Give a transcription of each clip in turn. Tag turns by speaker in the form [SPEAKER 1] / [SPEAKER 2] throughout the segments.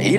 [SPEAKER 1] 咦，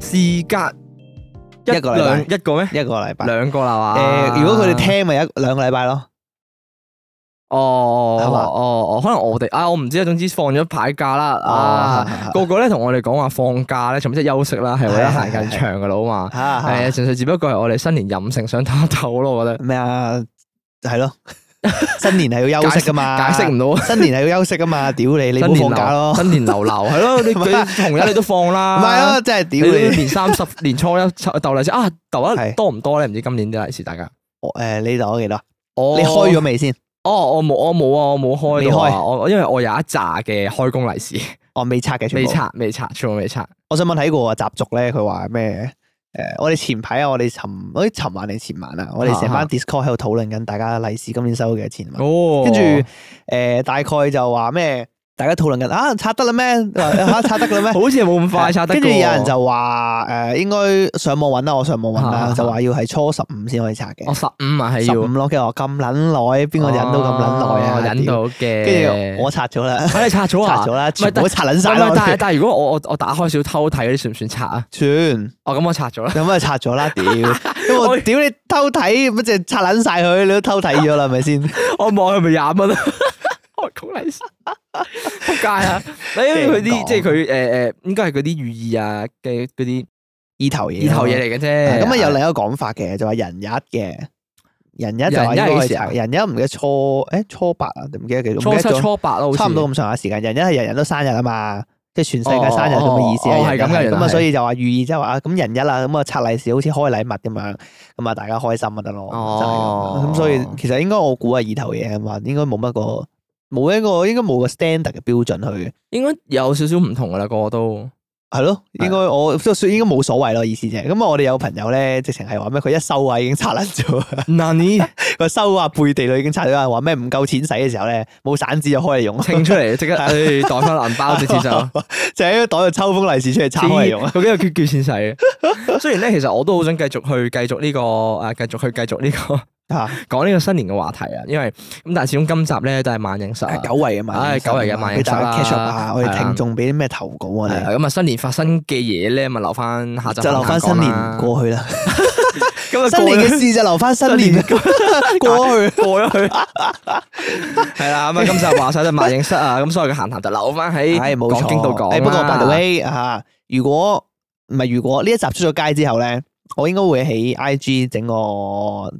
[SPEAKER 2] 事隔
[SPEAKER 1] 一個禮拜
[SPEAKER 2] 兩一個咩？
[SPEAKER 1] 一個禮拜。
[SPEAKER 2] 兩個啦嘛。
[SPEAKER 1] 誒，如果佢哋聽咪一兩個禮拜咯。
[SPEAKER 2] 哦，哦
[SPEAKER 1] 係
[SPEAKER 2] 哦
[SPEAKER 1] 嘛
[SPEAKER 2] 哦哦，可能我哋啊，我唔知啊，總之放咗排假啦
[SPEAKER 1] 哦
[SPEAKER 2] 啊
[SPEAKER 1] 係係係，
[SPEAKER 2] 個個咧同我哋講話放假咧，做咩即係休息啦，係為
[SPEAKER 1] 係
[SPEAKER 2] 咗
[SPEAKER 1] 係
[SPEAKER 2] 行緊長嘅路嘛。
[SPEAKER 1] 吓
[SPEAKER 2] 係啊，純粹只不過係我哋新年任性想唞一唞咯，我覺得
[SPEAKER 1] 咩啊？係 咯，新年係要休息噶嘛？
[SPEAKER 2] 解釋唔到。
[SPEAKER 1] 新年係要休息噶嘛？屌你，你
[SPEAKER 2] 新
[SPEAKER 1] 冇
[SPEAKER 2] 年
[SPEAKER 1] 放假
[SPEAKER 2] 流
[SPEAKER 1] 咯？
[SPEAKER 2] 新年流流係咯，你佢同日你都放
[SPEAKER 1] 唔
[SPEAKER 2] 啦，
[SPEAKER 1] 係啊，真係
[SPEAKER 2] 你
[SPEAKER 1] 屌
[SPEAKER 2] 都
[SPEAKER 1] 你！
[SPEAKER 2] 年三十、年初一抽鬥利是啊，鬥得
[SPEAKER 1] 係
[SPEAKER 2] 多唔多咧？唔知今年啲利是大家。
[SPEAKER 1] 誒，你留咗幾多？
[SPEAKER 2] 我
[SPEAKER 1] 你開咗未先？
[SPEAKER 2] 哦，我冇，我冇啊，我冇開
[SPEAKER 1] 未
[SPEAKER 2] 到啊，
[SPEAKER 1] 開
[SPEAKER 2] 我因為我有一紮嘅開工利是，
[SPEAKER 1] 我未拆嘅，全
[SPEAKER 2] 未
[SPEAKER 1] 部。
[SPEAKER 2] 拆，未拆，全部未拆。
[SPEAKER 1] 我想問喺個習俗咧，佢話咩？誒，我哋前排啊，我哋尋，我哋尋晚定前晚啊，我哋成班 Discord 喺度討論緊大家利是今年收幾多錢啊嘛。
[SPEAKER 2] 哦
[SPEAKER 1] 跟住誒，大概就話咩？大家討論緊啊，拆得啦咩？話嚇 拆得啦咩？
[SPEAKER 2] 好似冇咁快拆得。
[SPEAKER 1] 跟住有人，就話誒，應該上網揾啦，我上網揾
[SPEAKER 2] 啊
[SPEAKER 1] 啦
[SPEAKER 2] 啊，
[SPEAKER 1] 就話要係初十五先可以拆
[SPEAKER 2] 我
[SPEAKER 1] 嘅，
[SPEAKER 2] 十五啊，係
[SPEAKER 1] 十
[SPEAKER 2] 要
[SPEAKER 1] 五咯。跟住我咁撚耐，邊個忍到咁撚耐啊？
[SPEAKER 2] 哦忍
[SPEAKER 1] 屌！
[SPEAKER 2] 到嘅。
[SPEAKER 1] 跟住 我拆咗啦，
[SPEAKER 2] 啊，你拆咗
[SPEAKER 1] 拆
[SPEAKER 2] 啊？
[SPEAKER 1] 咗啦，全部
[SPEAKER 2] 唔
[SPEAKER 1] 都
[SPEAKER 2] 係
[SPEAKER 1] 拆撚
[SPEAKER 2] 唔
[SPEAKER 1] 晒
[SPEAKER 2] 係
[SPEAKER 1] 啦，
[SPEAKER 2] 但係
[SPEAKER 1] 算
[SPEAKER 2] 但係如果我我我打開少偷睇嗰啲算唔算拆啊？哦，咁我拆咗啦。
[SPEAKER 1] 有乜啊拆咗啦？屌，因為
[SPEAKER 2] 我
[SPEAKER 1] 我屌你偷睇乜就拆撚晒佢，你都偷睇咗啦，係咪 先？
[SPEAKER 2] 我望佢咪廿蚊啊！ 開工利是，仆 街啊！你因為佢啲
[SPEAKER 1] 正講
[SPEAKER 2] 即係佢誒誒，應該係嗰啲寓意啊嘅嗰啲
[SPEAKER 1] 意頭嘢，啊
[SPEAKER 2] 意頭嘢。嚟嘅啫。
[SPEAKER 1] 咁啊，有另一個講法嘅，就話人日嘅。人日就話
[SPEAKER 2] 人日係
[SPEAKER 1] 應該
[SPEAKER 2] 幾時
[SPEAKER 1] 係
[SPEAKER 2] 啊
[SPEAKER 1] 拆，人日唔記得初誒初八啊，定唔記得幾多？唔
[SPEAKER 2] 初
[SPEAKER 1] 記
[SPEAKER 2] 七
[SPEAKER 1] 得咗
[SPEAKER 2] 初八咯，好似
[SPEAKER 1] 差唔多咁上下時間，人一係人人都生日啊嘛，即係全世界生日咁嘅意思
[SPEAKER 2] 哦哦哦
[SPEAKER 1] 啊，
[SPEAKER 2] 係
[SPEAKER 1] 人人
[SPEAKER 2] 咁嘅原來
[SPEAKER 1] 咁啊，
[SPEAKER 2] 係
[SPEAKER 1] 所以就話寓意即係話啊咁人一啦，咁啊拆利是好似開禮物咁樣，咁啊大家開心咪得咯，就係
[SPEAKER 2] 哦
[SPEAKER 1] 咁咁所以其實應該我估係意頭嘢啊嘛，應該冇乜個冇一個應該冇個 standard 嘅標準去嘅，
[SPEAKER 2] 應該有少少唔同噶啦，個個都
[SPEAKER 1] 係咯，應該我即係應該冇所謂咯意思啫。咁啊，我哋有朋友咧，直情係話咩佢一收啊已經拆撚咗，
[SPEAKER 2] 嗱你
[SPEAKER 1] 佢收啊背地裏已經拆咗啊，話咩唔夠錢使嘅時候咧冇散紙就開嚟用，
[SPEAKER 2] 清出嚟 即刻，唉，袋翻銀包直接就
[SPEAKER 1] 啊就喺袋度抽封利是出嚟拆開嚟用啊。
[SPEAKER 2] 佢跟住叫叫錢使嘅。雖然咧，其實我都好想繼續去繼續呢個誒，繼續去繼續呢個
[SPEAKER 1] 嚇
[SPEAKER 2] 講呢個新年嘅話題啊，因為咁但係始終今集咧都係萬應室啊
[SPEAKER 1] 啊，。久違嘅萬
[SPEAKER 2] 唉
[SPEAKER 1] 應室啊
[SPEAKER 2] 久違嘅萬應
[SPEAKER 1] 俾
[SPEAKER 2] 室啦
[SPEAKER 1] 大家 catch up 下，我
[SPEAKER 2] 係啊
[SPEAKER 1] 哋聽眾俾啲咩投稿我
[SPEAKER 2] 係啊
[SPEAKER 1] 哋，
[SPEAKER 2] 咁啊，新年發生嘅嘢咧，咪留翻下集
[SPEAKER 1] 就留翻新年
[SPEAKER 2] 過。
[SPEAKER 1] 過去 啦。
[SPEAKER 2] 咁啊，
[SPEAKER 1] 新年嘅事就留翻新
[SPEAKER 2] 新
[SPEAKER 1] 年
[SPEAKER 2] 年
[SPEAKER 1] 過去。
[SPEAKER 2] 過咗去， 係啦。咁啊，今集話晒都係萬影室啊，咁所有嘅閒談就留翻喺
[SPEAKER 1] 係哎冇
[SPEAKER 2] 講
[SPEAKER 1] 錯，
[SPEAKER 2] 經度講啦
[SPEAKER 1] 誒不過 by the way 嚇，如果唔係如果呢一集出咗街之後咧，我應該會喺 IG 整個誒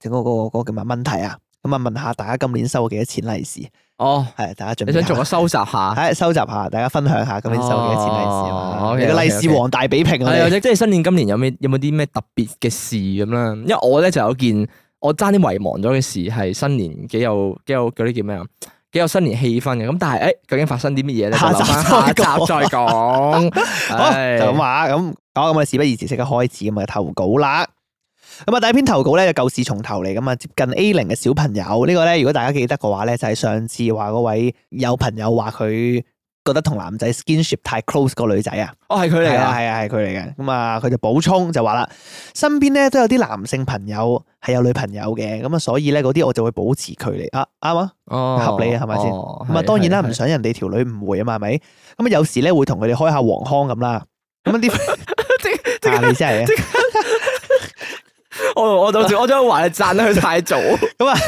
[SPEAKER 1] 整個嗰個嗰個叫咩問題啊，咁啊問下大家今年收咗幾多錢利是？
[SPEAKER 2] 哦，
[SPEAKER 1] 係大家準
[SPEAKER 2] 你
[SPEAKER 1] 備
[SPEAKER 2] 想做
[SPEAKER 1] 下
[SPEAKER 2] 個收集下？
[SPEAKER 1] 係啊哎收集下，大家分享下今年收咗幾多錢利是
[SPEAKER 2] 哦
[SPEAKER 1] 啊嘛？
[SPEAKER 2] ，OK，
[SPEAKER 1] 你個利
[SPEAKER 2] OK，OK
[SPEAKER 1] 是王大比拼啊！
[SPEAKER 2] 係
[SPEAKER 1] 你
[SPEAKER 2] 或者即係新年今年有咩有冇啲咩特別嘅事咁啦？因為我咧就有件我爭啲遺忘咗嘅事，係新年幾有幾有嗰啲叫咩啊？幾有新年氣氛嘅。咁但係誒、哎究竟發生啲乜嘢咧？就
[SPEAKER 1] 下集
[SPEAKER 2] 留翻
[SPEAKER 1] 再
[SPEAKER 2] 下集
[SPEAKER 1] 講
[SPEAKER 2] 再講。
[SPEAKER 1] 好
[SPEAKER 2] 唉
[SPEAKER 1] 就咁啊話咁，好咁我哋事不宜遲，即刻開始咁啊投稿啦。咁啊，第一篇投稿咧就舊事重頭嚟咁啊，接近 A 零嘅小朋友呢個咧，如果大家記得嘅話咧，就係上次話嗰位有朋友話佢覺得同男仔 skinship 太 close 個女仔啊，
[SPEAKER 2] 哦，係佢嚟
[SPEAKER 1] 係啊
[SPEAKER 2] 啊！
[SPEAKER 1] 係啊係佢嚟嘅，咁啊佢就補充就話啦，身邊咧都有啲男性朋友係有女朋友嘅，咁啊所以咧嗰啲我就會保持距離啊，啱啊。
[SPEAKER 2] 哦，
[SPEAKER 1] 合理啊係咪先
[SPEAKER 2] 哦
[SPEAKER 1] 咁啊，
[SPEAKER 2] 係
[SPEAKER 1] 當然啦，
[SPEAKER 2] 係
[SPEAKER 1] 唔想人哋條女誤會啊嘛，係咪？咁啊，有時咧會同佢哋開下黃腔咁啦。咁 啊啲啊，你真係嘅。
[SPEAKER 2] 我我就我想話你讚得佢太早，
[SPEAKER 1] 咁啊，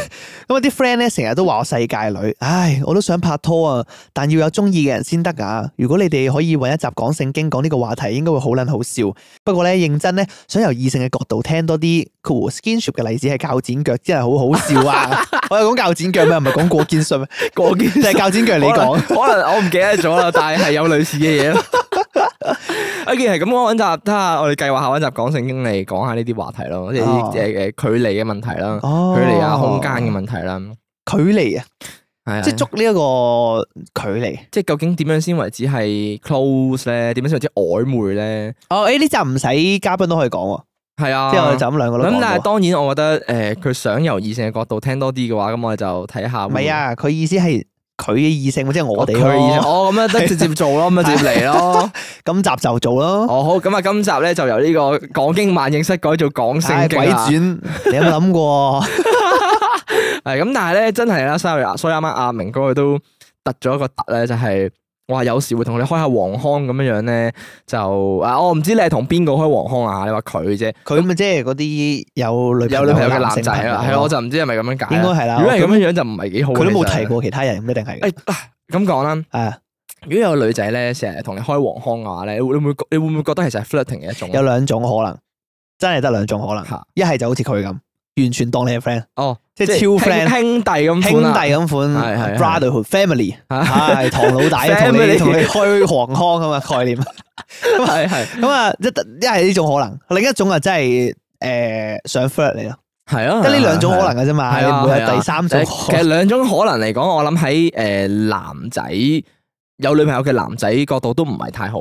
[SPEAKER 1] 啲 friend 咧成日都話我世界女，唉，我都想拍拖啊，但要有中意嘅人先得㗎。如果你哋可以揾一集講聖經，講呢個話題，應該會好撚好笑。不過咧，認真咧，想由異性嘅角度聽多啲 cool skinship 嘅例子係鉸剪腳，真係好好笑 啊！我有講鉸剪腳咩？唔係講過肩信咩？
[SPEAKER 2] 嗰件
[SPEAKER 1] 就係鉸剪腳你講。
[SPEAKER 2] 可能我唔記得咗啦，但係係有類似嘅嘢咯。啊，既然係咁，我揾集睇下，我哋計劃下揾集講聖經嚟講下呢啲話題咯，即係啲
[SPEAKER 1] 哦
[SPEAKER 2] 誒誒距離嘅問題啦，距
[SPEAKER 1] 哦
[SPEAKER 2] 離啊空間嘅問題啦，
[SPEAKER 1] 距離啊，
[SPEAKER 2] 係啊，
[SPEAKER 1] 即係捉呢一個距離。
[SPEAKER 2] 即係究竟點樣先為止係 close 咧？點樣先為止曖昧咧？
[SPEAKER 1] 哦，誒呢集唔使嘉賓都可以講喎，
[SPEAKER 2] 係啊，
[SPEAKER 1] 即係我哋就咁兩個都
[SPEAKER 2] 咁但
[SPEAKER 1] 講到。
[SPEAKER 2] 係當然，我覺得誒佢、想由異性嘅角度聽多啲嘅話，咁我哋就睇下。
[SPEAKER 1] 唔係，啊，佢意思係佢嘅異性，即係我哋
[SPEAKER 2] 佢異
[SPEAKER 1] 咯。
[SPEAKER 2] 性，嗯哦咁樣得直接做咯，咁樣直接 嚟咯。
[SPEAKER 1] 咁集就做咯。
[SPEAKER 2] 哦好，咁啊，今集咧就由呢個講經萬應室改做講
[SPEAKER 1] 唉
[SPEAKER 2] 聖經啊
[SPEAKER 1] 鬼
[SPEAKER 2] 啦。
[SPEAKER 1] 轉，你有冇諗過？
[SPEAKER 2] 係咁，但係咧真係啦，啊所以所以啱啱阿明哥佢都突咗一個突咧，就係話有時會同你開下黃腔咁樣樣咧，就啊我唔知你係同邊個開黃腔啊？你話佢啫。
[SPEAKER 1] 佢咪即係嗰啲有女
[SPEAKER 2] 有女朋友嘅男
[SPEAKER 1] 性
[SPEAKER 2] 仔
[SPEAKER 1] 朋友
[SPEAKER 2] 啦，係咯，我就唔知係咪咁樣解啦。啊
[SPEAKER 1] 應該係啦
[SPEAKER 2] 如果係咁樣樣就唔係幾好。
[SPEAKER 1] 佢都冇
[SPEAKER 2] 其實
[SPEAKER 1] 提。過其他人，咁一定係嘅。
[SPEAKER 2] 誒啊咁講啦，
[SPEAKER 1] 啊，
[SPEAKER 2] 如果有女仔咧成日同你開黃腔嘅話咧，你會你會你會唔會覺得其實係 flirting 嘅一種？啊
[SPEAKER 1] 有兩種可能，真係得兩種可能。
[SPEAKER 2] 嚇
[SPEAKER 1] 一係就好似佢咁，完全當你係 friend，
[SPEAKER 2] 哦，
[SPEAKER 1] 即係超
[SPEAKER 2] 兄
[SPEAKER 1] friend 啊
[SPEAKER 2] 兄弟咁
[SPEAKER 1] 兄
[SPEAKER 2] 款啊
[SPEAKER 1] 弟
[SPEAKER 2] 啦
[SPEAKER 1] 咁
[SPEAKER 2] 係
[SPEAKER 1] 款
[SPEAKER 2] 係係
[SPEAKER 1] ，brotherhood family，
[SPEAKER 2] 嚇
[SPEAKER 1] 係堂老大啊同
[SPEAKER 2] Family
[SPEAKER 1] 你同你開黃腔咁嘅概 念。
[SPEAKER 2] 係係
[SPEAKER 1] 咁啊，一一係呢種可能，另一種啊真係誒想 flirt 你咯，
[SPEAKER 2] 係啊，
[SPEAKER 1] 得呢兩種可
[SPEAKER 2] 嘅。
[SPEAKER 1] 能嘅啫嘛，
[SPEAKER 2] 係
[SPEAKER 1] 你
[SPEAKER 2] 啊
[SPEAKER 1] 唔會
[SPEAKER 2] 係啊
[SPEAKER 1] 有第三種
[SPEAKER 2] 誒
[SPEAKER 1] 可
[SPEAKER 2] 其
[SPEAKER 1] 能。
[SPEAKER 2] 實兩種可能嚟講，我諗喺誒男仔有女朋友嘅男仔角度都唔係太好，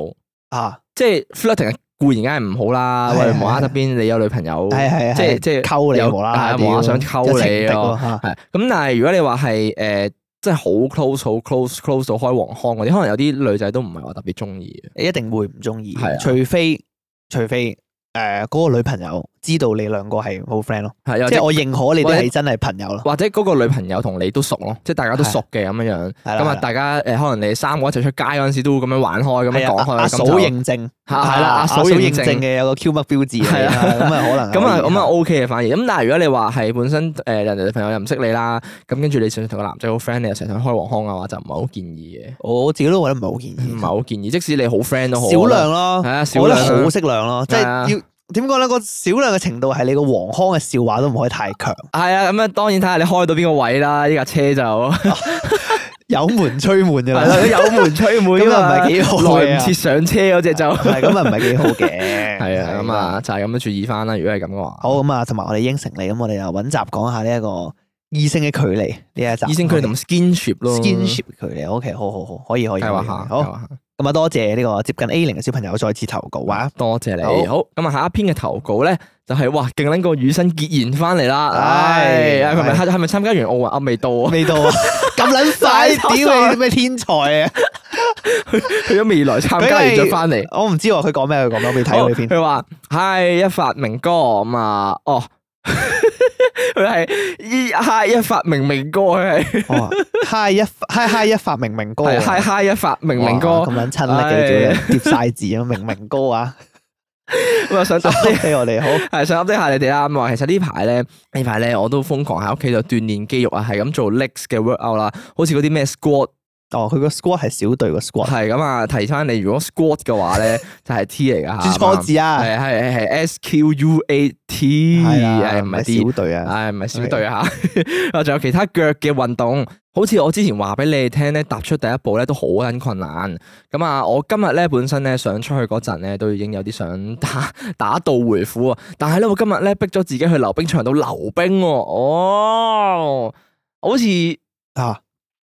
[SPEAKER 1] 啊，
[SPEAKER 2] 即係 flirting 固然梗係唔好啦，
[SPEAKER 1] 係
[SPEAKER 2] 喂
[SPEAKER 1] 係
[SPEAKER 2] 無啦啦邊你有女朋友，
[SPEAKER 1] 係啊係係，
[SPEAKER 2] 即係即係
[SPEAKER 1] 溝你
[SPEAKER 2] 有
[SPEAKER 1] 無啦
[SPEAKER 2] 係啊
[SPEAKER 1] 啦，
[SPEAKER 2] 無啦啦
[SPEAKER 1] 屌
[SPEAKER 2] 想溝
[SPEAKER 1] 即係
[SPEAKER 2] 你
[SPEAKER 1] 情敵啊
[SPEAKER 2] 咯
[SPEAKER 1] 咯嚇
[SPEAKER 2] 系咁，但係如果你話係诶，即係好 close、好 close、close 到開黃腔嗰啲，可能有啲女仔都唔係話特別中意嘅。
[SPEAKER 1] 一定會唔中意
[SPEAKER 2] 係啊，
[SPEAKER 1] 除非除非誒嗰個女朋友知道你兩個係好 friend 咯，
[SPEAKER 2] 係又
[SPEAKER 1] 即
[SPEAKER 2] 即
[SPEAKER 1] 係我認可你
[SPEAKER 2] 或
[SPEAKER 1] 哋
[SPEAKER 2] 者
[SPEAKER 1] 係真係朋友咯，
[SPEAKER 2] 或者嗰個女朋友同你都熟咯，即係大家都熟嘅咁樣樣。
[SPEAKER 1] 係啦
[SPEAKER 2] 咁啊，
[SPEAKER 1] 係啦
[SPEAKER 2] 大家誒可能你三個一齊出街嗰陣時都會咁樣玩開，咁樣
[SPEAKER 1] 係
[SPEAKER 2] 講
[SPEAKER 1] 啊
[SPEAKER 2] 開
[SPEAKER 1] 阿阿
[SPEAKER 2] 咁
[SPEAKER 1] 嫂
[SPEAKER 2] 就
[SPEAKER 1] 認證
[SPEAKER 2] 係啦
[SPEAKER 1] 係
[SPEAKER 2] 阿
[SPEAKER 1] 阿
[SPEAKER 2] 嫂
[SPEAKER 1] 嫂
[SPEAKER 2] 啊認
[SPEAKER 1] 認
[SPEAKER 2] 證
[SPEAKER 1] 證嘅有個 Q 乜標誌嚟
[SPEAKER 2] 係
[SPEAKER 1] 㗎
[SPEAKER 2] 啊
[SPEAKER 1] 咁啊可能
[SPEAKER 2] 咁啊
[SPEAKER 1] 可以
[SPEAKER 2] 咁啊 OK 嘅，反而咁但係如果你話係本身誒人哋女朋友又唔識你啦，咁跟住你想同個男仔好 friend，你又成日想開黃腔嘅話，啊就唔係好建議嘅，
[SPEAKER 1] 我自己都覺得唔係好建
[SPEAKER 2] 唔係
[SPEAKER 1] 議，
[SPEAKER 2] 好建議。即使你好 friend 都好，
[SPEAKER 1] 少量咯
[SPEAKER 2] 係。啊，
[SPEAKER 1] 我
[SPEAKER 2] 少
[SPEAKER 1] 覺
[SPEAKER 2] 量
[SPEAKER 1] 得
[SPEAKER 2] 啦
[SPEAKER 1] 好適量咯，即係
[SPEAKER 2] 係啊
[SPEAKER 1] 要點講咧？個少量嘅程度係你個黃腔嘅笑話都唔可以太強，
[SPEAKER 2] 係啊，咁啊當然睇下你開到邊個位啦，呢架車就係
[SPEAKER 1] 有門吹門嘅
[SPEAKER 2] 啦，
[SPEAKER 1] 啦，
[SPEAKER 2] 有門吹門㗎
[SPEAKER 1] 咁
[SPEAKER 2] 嘛
[SPEAKER 1] 啊唔係幾好嘅
[SPEAKER 2] 來唔切上車嗰只就
[SPEAKER 1] 係咁啊，唔係幾好嘅。
[SPEAKER 2] 係啊，咁啊就係咁樣注意翻啦。如果係咁嘅話，
[SPEAKER 1] 好咁啊，同埋我哋應承你，咁我哋又揾集講下呢一個異性嘅距離呢一集。
[SPEAKER 2] 醫生佢同 skinship 咯
[SPEAKER 1] skinship 距離，OK，好好好，可以可以。
[SPEAKER 2] 計劃
[SPEAKER 1] 可以
[SPEAKER 2] 下，計
[SPEAKER 1] 好
[SPEAKER 2] 劃下
[SPEAKER 1] 咁啊，多謝呢個接近 A 零嘅小朋友再次投稿啊！
[SPEAKER 2] 多謝你。
[SPEAKER 1] 好
[SPEAKER 2] 好，咁啊下一篇嘅投稿咧就係哇勁撚個雨生結然翻嚟啦，唉，
[SPEAKER 1] 唉
[SPEAKER 2] 啊佢咪係咪參加完奧運啊？未到啊，
[SPEAKER 1] 味道啊咁撚快，屌你咩天才啊！
[SPEAKER 2] 去咗未來參加完再翻嚟。
[SPEAKER 1] 我唔知喎，佢講咩？佢講咩？我未睇
[SPEAKER 2] 好
[SPEAKER 1] 過呢篇。
[SPEAKER 2] 佢話係一發明哥咁啊，哦， 佢係依嗨一發明明哥，佢係
[SPEAKER 1] 哦嗨一嗨嗨一發明明哥啊，
[SPEAKER 2] 係嗨嗨一發明明
[SPEAKER 1] 哇
[SPEAKER 2] 哥
[SPEAKER 1] 咁，撚親啊，記住疊晒字啊，明明哥 啊，
[SPEAKER 2] 咁啊想 update
[SPEAKER 1] OK，我哋好
[SPEAKER 2] 係想 update 下你哋啦。咁啊，其實呢排咧呢排咧我都瘋狂喺屋企度鍛鍊肌肉啊，係咁做 legs 嘅 workout 啦，好似嗰啲咩 squat
[SPEAKER 1] 哦，佢個 squad 係小隊個 squad，
[SPEAKER 2] 係咁啊。提翻你如果 squat 嘅 話咧，就係 T 嚟㗎
[SPEAKER 1] 注
[SPEAKER 2] 嚇，
[SPEAKER 1] 錯字啊，
[SPEAKER 2] 係係係係 S Q U A T，
[SPEAKER 1] 係啊
[SPEAKER 2] 係唔係 D？
[SPEAKER 1] 小隊啊，
[SPEAKER 2] 唉，唔係小隊啊 嚇，啊仲有其他腳嘅運動，好似我之前話俾你哋聽咧，踏出第一步咧都好撚困難。咁啊，我今日咧本身咧想出去嗰陣咧，都已經有啲想打 打道回府啊，但係咧我今日咧逼咗自己去溜冰場度溜冰喎、哦，好似
[SPEAKER 1] 啊，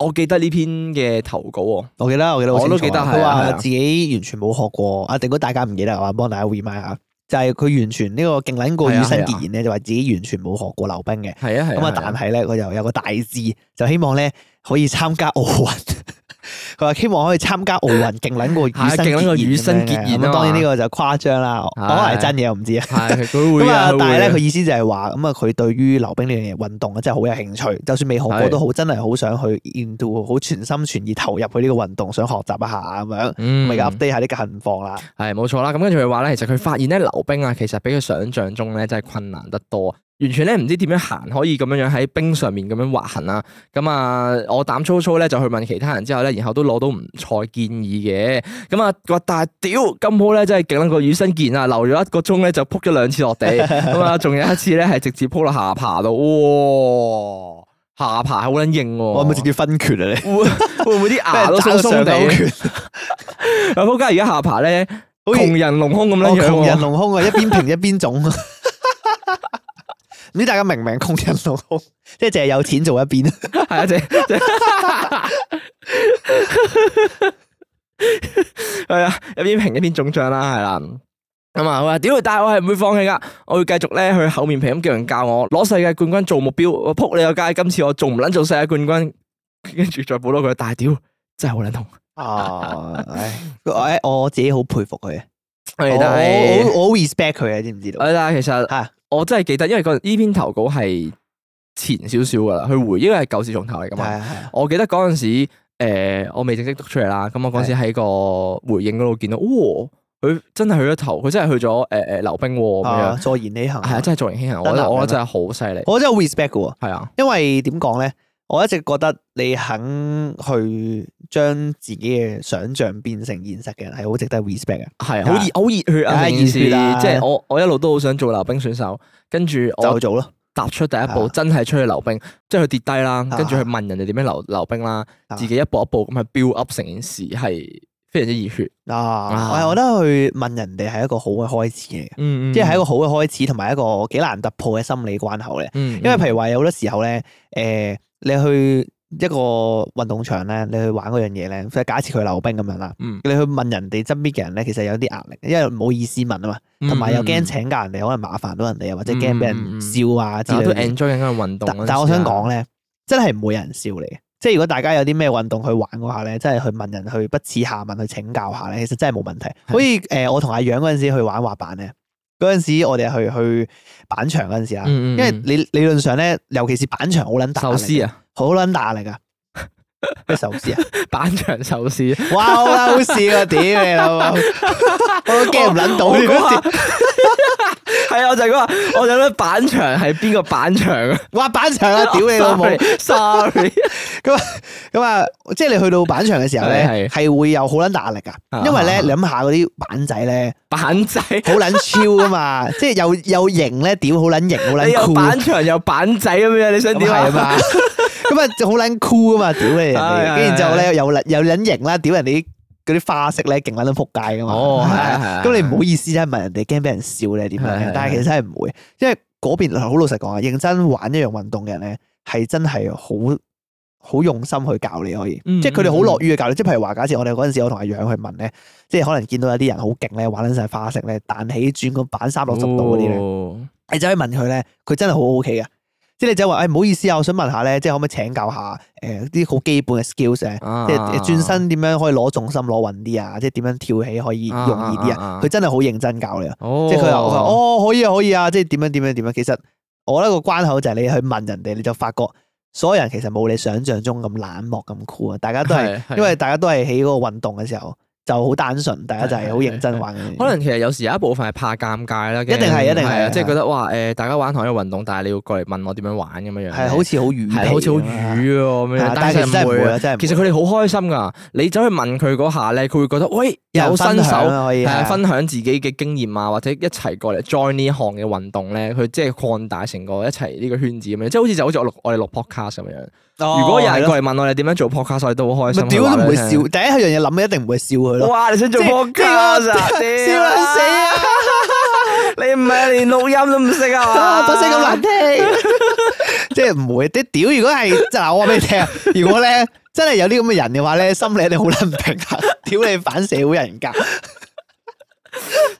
[SPEAKER 2] 我記得呢篇嘅投稿喎、
[SPEAKER 1] 我記得我記得好清楚啊，
[SPEAKER 2] 我都記得係啊
[SPEAKER 1] 佢
[SPEAKER 2] 係
[SPEAKER 1] 話
[SPEAKER 2] 啊
[SPEAKER 1] 自己完全冇學過，啊定估大家唔記得啊，幫大家 remind 下，就係佢完全呢個勁撚過
[SPEAKER 2] 係啊
[SPEAKER 1] 羽生
[SPEAKER 2] 係啊
[SPEAKER 1] 結弦咧，就話自己完全冇學過溜冰嘅，
[SPEAKER 2] 係啊係
[SPEAKER 1] 咁啊，但係咧佢又有個大志，就希望咧可以參加奧運。 佢話希望可以參加奧運，勁撚過
[SPEAKER 2] 係啊
[SPEAKER 1] 羽生
[SPEAKER 2] 勁撚過
[SPEAKER 1] 結
[SPEAKER 2] 羽
[SPEAKER 1] 弦
[SPEAKER 2] 生結
[SPEAKER 1] 咁樣
[SPEAKER 2] 弦
[SPEAKER 1] 嘅。
[SPEAKER 2] 啊
[SPEAKER 1] 咁當然
[SPEAKER 2] 嘛
[SPEAKER 1] 呢個就誇張啦，可能係
[SPEAKER 2] 係
[SPEAKER 1] 真嘢，我唔知啊。
[SPEAKER 2] 係佢會
[SPEAKER 1] 咁
[SPEAKER 2] 啊
[SPEAKER 1] 啊，，但係咧，佢
[SPEAKER 2] 會啊
[SPEAKER 1] 意思就係話，咁啊，佢對於溜冰呢樣嘢運動啊，真係好有興趣。就算未學過
[SPEAKER 2] 係
[SPEAKER 1] 都好，真係好想去 into，好全心全意投入去呢個運動，想學習一下咁樣，
[SPEAKER 2] 嗯
[SPEAKER 1] 咪 update 下呢個近況啦。
[SPEAKER 2] 係冇錯啦，咁跟住佢話咧，其實佢發現咧溜冰啊，其實比佢想象中咧真係困難得多，啊完全咧唔知點樣行可以咁樣樣喺冰上面咁樣滑行啦。咁啊，我膽粗粗咧就去問其他人之後咧，然後都攞到唔錯建議嘅。咁啊，佢話但係屌咁好咧，真係勁撚過羽生健啊，留咗一個鐘咧就撲咗兩 次落地，咁啊，仲有一次咧係直接撲落下巴度，哇！下巴好撚硬喎，
[SPEAKER 1] 我係咪直接分權啊？你
[SPEAKER 2] 會會唔會啲牙都鬆鬆
[SPEAKER 1] 俾人打個上
[SPEAKER 2] 地
[SPEAKER 1] 勾？拳
[SPEAKER 2] 啊仆街！而家下巴咧
[SPEAKER 1] 好似
[SPEAKER 2] 窮人隆胸咁
[SPEAKER 1] 哦，
[SPEAKER 2] 樣樣
[SPEAKER 1] 窮人
[SPEAKER 2] 喎，
[SPEAKER 1] 隆胸啊， 一邊平一邊腫。唔知大家 明唔明窮人隆胸，即係淨係有錢做一邊。
[SPEAKER 2] 係啊，姐姐係啊，一邊平一邊腫脹啦，係啦。咁啊，佢話屌，但係我係唔會放棄噶，我會繼續咧去厚面皮咁叫人教我攞世界冠軍做目標。我撲你個街，今次我仲唔撚做世界冠軍，跟住再補多句，但係屌真係好撚痛。
[SPEAKER 1] 哦， 唉，唉我自己好佩服佢，啊我
[SPEAKER 2] 啊係但係哎
[SPEAKER 1] 我我好 respect 佢啊，知唔知道？
[SPEAKER 2] 誒，但係其實
[SPEAKER 1] 嚇
[SPEAKER 2] 我真係記得，因為嗰陣呢篇投稿係前少少噶啦，佢回應係舊事重頭嚟噶
[SPEAKER 1] 係
[SPEAKER 2] 嘛。
[SPEAKER 1] 啊係啊，
[SPEAKER 2] 我記得嗰陣時，誒我未正式讀出嚟啦，咁我嗰陣時喺個回應嗰度見到，哇！佢真係去咗頭，佢真係去咗誒誒溜冰喎咁
[SPEAKER 1] 啊
[SPEAKER 2] 樣，
[SPEAKER 1] 坐言起行，
[SPEAKER 2] 係啊，真係做人輕人，我覺
[SPEAKER 1] 得
[SPEAKER 2] 得
[SPEAKER 1] 男
[SPEAKER 2] 我覺得
[SPEAKER 1] 人
[SPEAKER 2] 真係好犀利，
[SPEAKER 1] 我真係好 respect 嘅喎。
[SPEAKER 2] 係啊，
[SPEAKER 1] 因為點講咧，我一直覺得你肯去將自己嘅想像變成現實嘅人係好值得 respect 嘅。啊
[SPEAKER 2] 係啊好熱好熱
[SPEAKER 1] 梗
[SPEAKER 2] 血啊！
[SPEAKER 1] 係
[SPEAKER 2] 成件事
[SPEAKER 1] 熱血啦
[SPEAKER 2] 即係我我一路都好想做溜冰選手，跟住我
[SPEAKER 1] 就做咯，
[SPEAKER 2] 踏出第一步，
[SPEAKER 1] 啊
[SPEAKER 2] 真係出去溜冰，即係佢跌低啦，
[SPEAKER 1] 啊
[SPEAKER 2] 跟住去問人哋點樣溜溜冰啦，
[SPEAKER 1] 啊
[SPEAKER 2] 自己一步一步咁去 build up 成件事係非常之熱血，
[SPEAKER 1] 啊，我係覺得去問人哋係一個好嘅開始嚟嘅，
[SPEAKER 2] 嗯
[SPEAKER 1] 即係一個好嘅開始，同埋一個幾難突破嘅心理關口咧。
[SPEAKER 2] 嗯，
[SPEAKER 1] 因為譬如話有好多時候咧，誒，你去一個運動場咧，你去玩嗰樣嘢咧，即係假設佢溜冰咁樣啦，
[SPEAKER 2] 嗯
[SPEAKER 1] 你去問人哋身邊嘅人咧，其實有啲壓力，因為唔好意思問啊嘛，同埋又驚
[SPEAKER 2] 嗯
[SPEAKER 1] 請教人哋，可能麻煩到人哋啊，或者驚俾
[SPEAKER 2] 嗯嗯嗯
[SPEAKER 1] 人笑啊之
[SPEAKER 2] 大家
[SPEAKER 1] 類
[SPEAKER 2] 都
[SPEAKER 1] 嘅嘢。
[SPEAKER 2] enjoy 緊嘅運動嗰陣時啊。
[SPEAKER 1] 但但我想講咧，真係唔會有人笑你嘅。即係如果大家有啲咩運動去玩嗰下咧，真係去問人去不恥下問去請教下咧，其實真係冇問題。好似誒，我同阿楊嗰陣時去玩滑板咧，嗰陣時我哋去去板場嗰陣時啊，
[SPEAKER 2] 嗯，嗯嗯
[SPEAKER 1] 因為你理論上咧，尤其是板場好撚大壓
[SPEAKER 2] 壽
[SPEAKER 1] 力
[SPEAKER 2] 司
[SPEAKER 1] 嘅，
[SPEAKER 2] 啊，
[SPEAKER 1] 好撚大壓力 噶。咩壽司啊？
[SPEAKER 2] 板場壽司，
[SPEAKER 1] 哇！好好笑啊！屌你老 母，我都驚唔撚到
[SPEAKER 2] 我
[SPEAKER 1] 呢
[SPEAKER 2] 嗰下
[SPEAKER 1] 個。
[SPEAKER 2] 係啊，我就係嗰話，我就諗板場係邊個板場啊？
[SPEAKER 1] 滑板場啊！屌你老 母！
[SPEAKER 2] ，sorry，
[SPEAKER 1] 咁啊，即係你去到板場嘅時候
[SPEAKER 2] 係
[SPEAKER 1] 咧，係會有好撚大壓力
[SPEAKER 2] 啊
[SPEAKER 1] 噶， 因為 咧你諗下嗰啲板仔咧
[SPEAKER 2] 板仔，
[SPEAKER 1] 好撚超噶 嘛，即係又又型咧，屌好撚型，好
[SPEAKER 2] 你
[SPEAKER 1] 撚
[SPEAKER 2] 有
[SPEAKER 1] 酷，
[SPEAKER 2] 板場有板仔咁樣，你想
[SPEAKER 1] 咁
[SPEAKER 2] 點
[SPEAKER 1] 係啊
[SPEAKER 2] 啊？
[SPEAKER 1] 嘛，咁啊就好撚酷噶嘛，屌你人
[SPEAKER 2] 係係
[SPEAKER 1] 哋，跟住之後
[SPEAKER 2] 係
[SPEAKER 1] 咧又撚又撚型啦，屌人哋啲嗰啲花式咧勁撚到仆街噶嘛，
[SPEAKER 2] 哦係係係
[SPEAKER 1] 啊咁你唔好意思真係問人哋驚俾人笑你係點
[SPEAKER 2] 係係
[SPEAKER 1] 樣
[SPEAKER 2] 係
[SPEAKER 1] 嘅，但係其實真係唔會，因為嗰邊好老實講啊，認真玩一樣運動嘅人咧係真係好。好用心去教你可以，
[SPEAKER 2] 嗯
[SPEAKER 1] 即係佢哋好樂於去教你。即係譬如話，假設我哋嗰陣時，我同阿楊去問咧，即係可能見到有啲人好勁咧，玩緊晒花式咧，彈起轉個板三六十度嗰啲咧，
[SPEAKER 2] 哦
[SPEAKER 1] 你走去問佢咧，佢真係好 O K 嘅。即係你就話，誒唔好意思啊，我想問下咧，即係可唔可以請教下誒啲好基本嘅 skills 咧，
[SPEAKER 2] 啊
[SPEAKER 1] 即係轉身點樣可以攞重心攞穩啲啊，即係點樣跳起可以容易啲
[SPEAKER 2] 啊啊啊
[SPEAKER 1] 啊？佢真係好認真教你啊！
[SPEAKER 2] 哦
[SPEAKER 1] 即係佢話我話哦可以啊可以啊，即係點樣點樣點樣。其實我覺得個關口就係你去問人哋，你就發覺所有人其實冇你想象中咁冷漠咁酷啊！大家都係
[SPEAKER 2] 係係
[SPEAKER 1] 因為大家都係喺嗰個運動嘅時候就好單純，大家就係好認真玩嘅。
[SPEAKER 2] 可能其實有時有一部分係怕尷尬啦，一
[SPEAKER 1] 定係一定係
[SPEAKER 2] 啊，即係覺得哇誒，大家玩同一個運動，但係你要過嚟問我點樣玩咁樣樣，
[SPEAKER 1] 係好似好愚，
[SPEAKER 2] 係好似好瘀喎咁
[SPEAKER 1] 係
[SPEAKER 2] 樣
[SPEAKER 1] 啊，，但係其實真係唔會啊，真係唔會。
[SPEAKER 2] 其實佢哋好開心噶，你走去問佢嗰下咧，佢會覺得喂有
[SPEAKER 1] 人
[SPEAKER 2] 新
[SPEAKER 1] 分
[SPEAKER 2] 手
[SPEAKER 1] 享啊可以
[SPEAKER 2] 係啊
[SPEAKER 1] 係
[SPEAKER 2] 分享自己嘅經驗啊，或者一齊過嚟 join 呢項嘅運動咧，佢即係擴大成個一齊呢個圈子咁樣，即係好似就好似我錄我哋錄 podcast 咁樣。如果有人過嚟問我哋點樣做 podcast，我哋都好開
[SPEAKER 1] 哦咪
[SPEAKER 2] 心。
[SPEAKER 1] 屌都唔會
[SPEAKER 2] 會
[SPEAKER 1] 笑，第一樣嘢諗嘅一定唔會笑佢咯。
[SPEAKER 2] 哇！你想做
[SPEAKER 1] 即係
[SPEAKER 2] podcast 啊？
[SPEAKER 1] 即係
[SPEAKER 2] 屌
[SPEAKER 1] 我笑撚死啊！
[SPEAKER 2] 你唔係連錄音都唔識啊？
[SPEAKER 1] 啊， 把聲咁 難聽，即係唔會。啲屌，如果係嗱，我話俾 你聽，如果咧真係有啲咁嘅人嘅話咧，心理一定好撚唔平衡。 屌你反社會人格，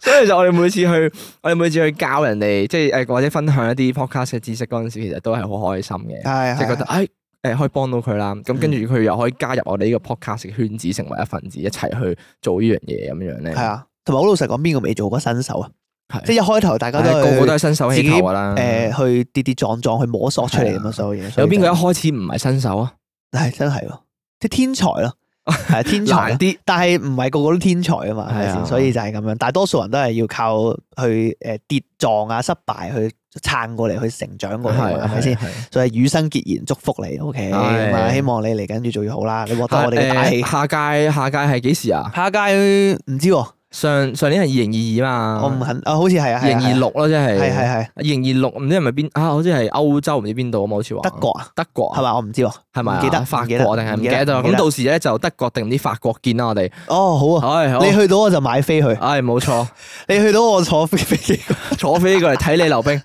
[SPEAKER 2] 所以其實我哋每次去，我哋每次去教人哋，即係誒或者分享一啲 podcast 嘅知識嗰陣時，其實都係好開心嘅。
[SPEAKER 1] 係啊嗯
[SPEAKER 2] 即係覺得，誒誒可以幫到佢啦，咁跟住佢又可以加入我哋呢個 podcast 嘅圈子，成為一份子，一齊去做呢樣嘢咁樣咧。
[SPEAKER 1] 係啊。同埋好老實講，邊個未做過新手啊？
[SPEAKER 2] 係，
[SPEAKER 1] 即係一開頭大
[SPEAKER 2] 係
[SPEAKER 1] 家都
[SPEAKER 2] 個個都
[SPEAKER 1] 係
[SPEAKER 2] 係新手
[SPEAKER 1] 自
[SPEAKER 2] 起
[SPEAKER 1] 己
[SPEAKER 2] 頭㗎啦。
[SPEAKER 1] 誒去跌跌撞撞去摸索出嚟咁
[SPEAKER 2] 係啊
[SPEAKER 1] 嘛，所有嘢。所
[SPEAKER 2] 有
[SPEAKER 1] 以
[SPEAKER 2] 邊
[SPEAKER 1] 就
[SPEAKER 2] 個一開始唔係新手啊？
[SPEAKER 1] 係真係喎，即係天才 咯，係天才
[SPEAKER 2] 難
[SPEAKER 1] 咯。
[SPEAKER 2] 啲，
[SPEAKER 1] 但係唔係個個都天才啊嘛，係咪
[SPEAKER 2] 係啊
[SPEAKER 1] 先？所以就係咁樣，大多數人都係要靠去誒跌撞啊、失敗去撐過嚟，去成長過嚟嘛，係咪先？
[SPEAKER 2] 係？
[SPEAKER 1] 所以與生結緣，祝福你，OK
[SPEAKER 2] 係
[SPEAKER 1] 咁啊！希望你嚟緊越做越好啦，你獲得
[SPEAKER 2] 下
[SPEAKER 1] 我哋嘅大氣
[SPEAKER 2] 誒。下屆下屆係幾時啊？
[SPEAKER 1] 下一屆唔知喎，
[SPEAKER 2] 上上年係二零二二嘛，
[SPEAKER 1] 我唔肯，啊，好似係啊，
[SPEAKER 2] 二零二六咯，即係
[SPEAKER 1] 係啊係係
[SPEAKER 2] 二零二六唔知係咪邊啊？好似係歐洲唔知邊度啊嘛，好似話
[SPEAKER 1] 德國啊，
[SPEAKER 2] 德國
[SPEAKER 1] 係
[SPEAKER 2] 嘛？
[SPEAKER 1] 嘛？我唔知喎，
[SPEAKER 2] 係咪啊
[SPEAKER 1] 唔記得
[SPEAKER 2] 法
[SPEAKER 1] 唔
[SPEAKER 2] 國定
[SPEAKER 1] 記得
[SPEAKER 2] 係唔
[SPEAKER 1] 唔記
[SPEAKER 2] 記得
[SPEAKER 1] 得
[SPEAKER 2] 咗？
[SPEAKER 1] 唔記
[SPEAKER 2] 咁
[SPEAKER 1] 得
[SPEAKER 2] 到時咧就德國定唔知法國見啦，我哋。
[SPEAKER 1] 哦，好啊，
[SPEAKER 2] 唉，好啊
[SPEAKER 1] 你去到我就買飛去，
[SPEAKER 2] 唉冇錯，
[SPEAKER 1] 你去到我坐飛機，
[SPEAKER 2] 坐飛過嚟睇你溜冰。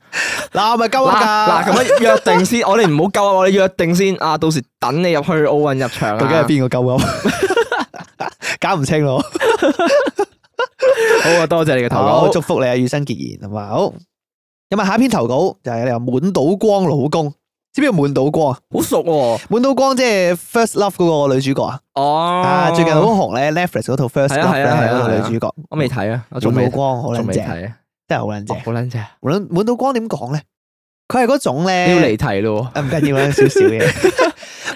[SPEAKER 1] 嗱咪鳩
[SPEAKER 2] 嗱
[SPEAKER 1] 啊
[SPEAKER 2] 嗱，咁樣約定先，我哋唔好鳩啊！我哋約定先啊，到時等你入去奧運入場啊！
[SPEAKER 1] 究竟係邊個鳩鳩？ 搞唔清咯，
[SPEAKER 2] 好啊，多謝你嘅投
[SPEAKER 1] 好
[SPEAKER 2] 稿。
[SPEAKER 1] 祝福你啊，羽生結弦，係嘛？好，咁啊，下一篇投稿就係你話滿島光老公，知唔知叫滿島光啊？
[SPEAKER 2] 好熟喎，
[SPEAKER 1] 滿島光即係 First Love 嗰個女主角啊，
[SPEAKER 2] 哦，
[SPEAKER 1] 啊最近好紅咧，Netflix 嗰套 First
[SPEAKER 2] 係啊
[SPEAKER 1] Love
[SPEAKER 2] 係
[SPEAKER 1] 咧
[SPEAKER 2] 啊係啊
[SPEAKER 1] 嗰個
[SPEAKER 2] 係
[SPEAKER 1] 女
[SPEAKER 2] 啊
[SPEAKER 1] 主角，
[SPEAKER 2] 我未睇啊，我仲
[SPEAKER 1] 滿
[SPEAKER 2] 未
[SPEAKER 1] 島光好
[SPEAKER 2] 仲
[SPEAKER 1] 撚
[SPEAKER 2] 未
[SPEAKER 1] 正，
[SPEAKER 2] 睇啊，
[SPEAKER 1] 真係好撚
[SPEAKER 2] 哦
[SPEAKER 1] 正。
[SPEAKER 2] 好撚正，
[SPEAKER 1] 滿島滿島光點講咧？佢係嗰種
[SPEAKER 2] 你要
[SPEAKER 1] 咧
[SPEAKER 2] 離，題咯
[SPEAKER 1] 啊唔緊要啦，少少 嘢。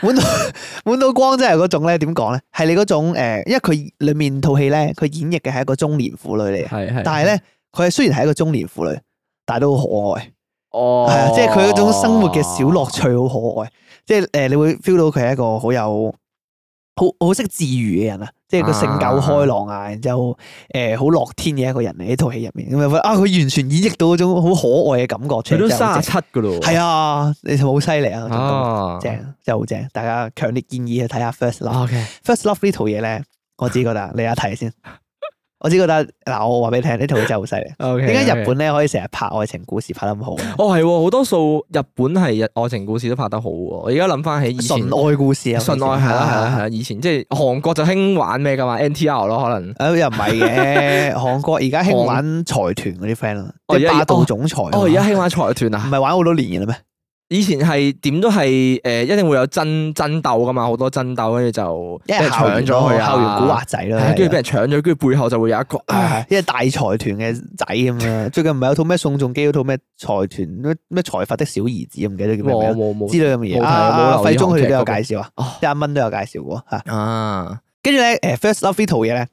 [SPEAKER 1] 滿島滿島光真係嗰種咧，點講咧？係你嗰種誒，因為佢裡面套戲咧，佢演繹嘅係一個中年婦女嚟
[SPEAKER 2] 喎，
[SPEAKER 1] 嘅，
[SPEAKER 2] 係係。
[SPEAKER 1] 但係咧，佢係雖然係一個中年婦女，但係都好可愛，
[SPEAKER 2] 哦，
[SPEAKER 1] 係啊，即係佢嗰種生活嘅小樂趣好可愛，即係誒，你會 feel 到佢係一個好有好好識自娛嘅人啊！即係個性格好開朗啊，然之後誒好樂天嘅一個人嚟，呢套戲入面咁啊，啊佢完全演繹到嗰種好可愛嘅感覺出
[SPEAKER 2] 佢
[SPEAKER 1] 嚟，
[SPEAKER 2] 都
[SPEAKER 1] 真係好
[SPEAKER 2] 三
[SPEAKER 1] 正
[SPEAKER 2] 十七噶咯喎，
[SPEAKER 1] 係啊，你係咪好犀利啊！咁
[SPEAKER 2] 啊，
[SPEAKER 1] 正真係好正，大家強烈建議去睇下 First Love。
[SPEAKER 2] ，OK，
[SPEAKER 1] First Love 呢套嘢咧，我只覺得你有睇 先。我只覺得嗱，我話俾你聽，呢套嘢真係好犀利。
[SPEAKER 2] OK，
[SPEAKER 1] 點解日本
[SPEAKER 2] 啊
[SPEAKER 1] 咧可以成日拍愛情故事拍得咁好啊咧？
[SPEAKER 2] 哦，係喎，好多數日本係日愛情故事都拍得好喎。我而家諗翻起以前
[SPEAKER 1] 純愛故事啊，
[SPEAKER 2] 純愛係啦係啦係啦，以前即係韓國就興玩咩噶嘛，NTR 咯可能。
[SPEAKER 1] 誒哎又唔 係嘅，韓國而家興玩財團嗰啲 friend 啊，
[SPEAKER 2] 哦
[SPEAKER 1] 即係
[SPEAKER 2] 而家
[SPEAKER 1] 霸道總裁啊嘛。
[SPEAKER 2] 哦，而家興玩財團
[SPEAKER 1] 唔
[SPEAKER 2] 啊！
[SPEAKER 1] 係玩好多年嘅啦咩？
[SPEAKER 2] 以前係點都係誒、一定會有爭爭鬥噶嘛，好多爭鬥，跟住就俾
[SPEAKER 1] 因為
[SPEAKER 2] 人
[SPEAKER 1] 校
[SPEAKER 2] 搶
[SPEAKER 1] 園
[SPEAKER 2] 咗佢啊，
[SPEAKER 1] 校園古惑仔
[SPEAKER 2] 係
[SPEAKER 1] 啦
[SPEAKER 2] 啊，，跟住俾
[SPEAKER 1] 係
[SPEAKER 2] 人搶咗，跟住背後就會有一個啊
[SPEAKER 1] 啊因為大財團嘅仔咁 啊。最近唔係有套咩宋仲基嗰套咩財團咩咩財閥的小兒子，唔記得叫咩
[SPEAKER 2] 我
[SPEAKER 1] 名
[SPEAKER 2] 冇冇
[SPEAKER 1] 之類咁嘅
[SPEAKER 2] 冇睇
[SPEAKER 1] 嘢。
[SPEAKER 2] 冇
[SPEAKER 1] 啊，
[SPEAKER 2] 留意
[SPEAKER 1] 費中佢哋都有
[SPEAKER 2] 韓劇
[SPEAKER 1] 介
[SPEAKER 2] 嗰
[SPEAKER 1] 紹啊，
[SPEAKER 2] 哦
[SPEAKER 1] 一蚊都有介紹過嚇。
[SPEAKER 2] 啊，
[SPEAKER 1] 跟住咧，誒 First Love 呢套嘢咧，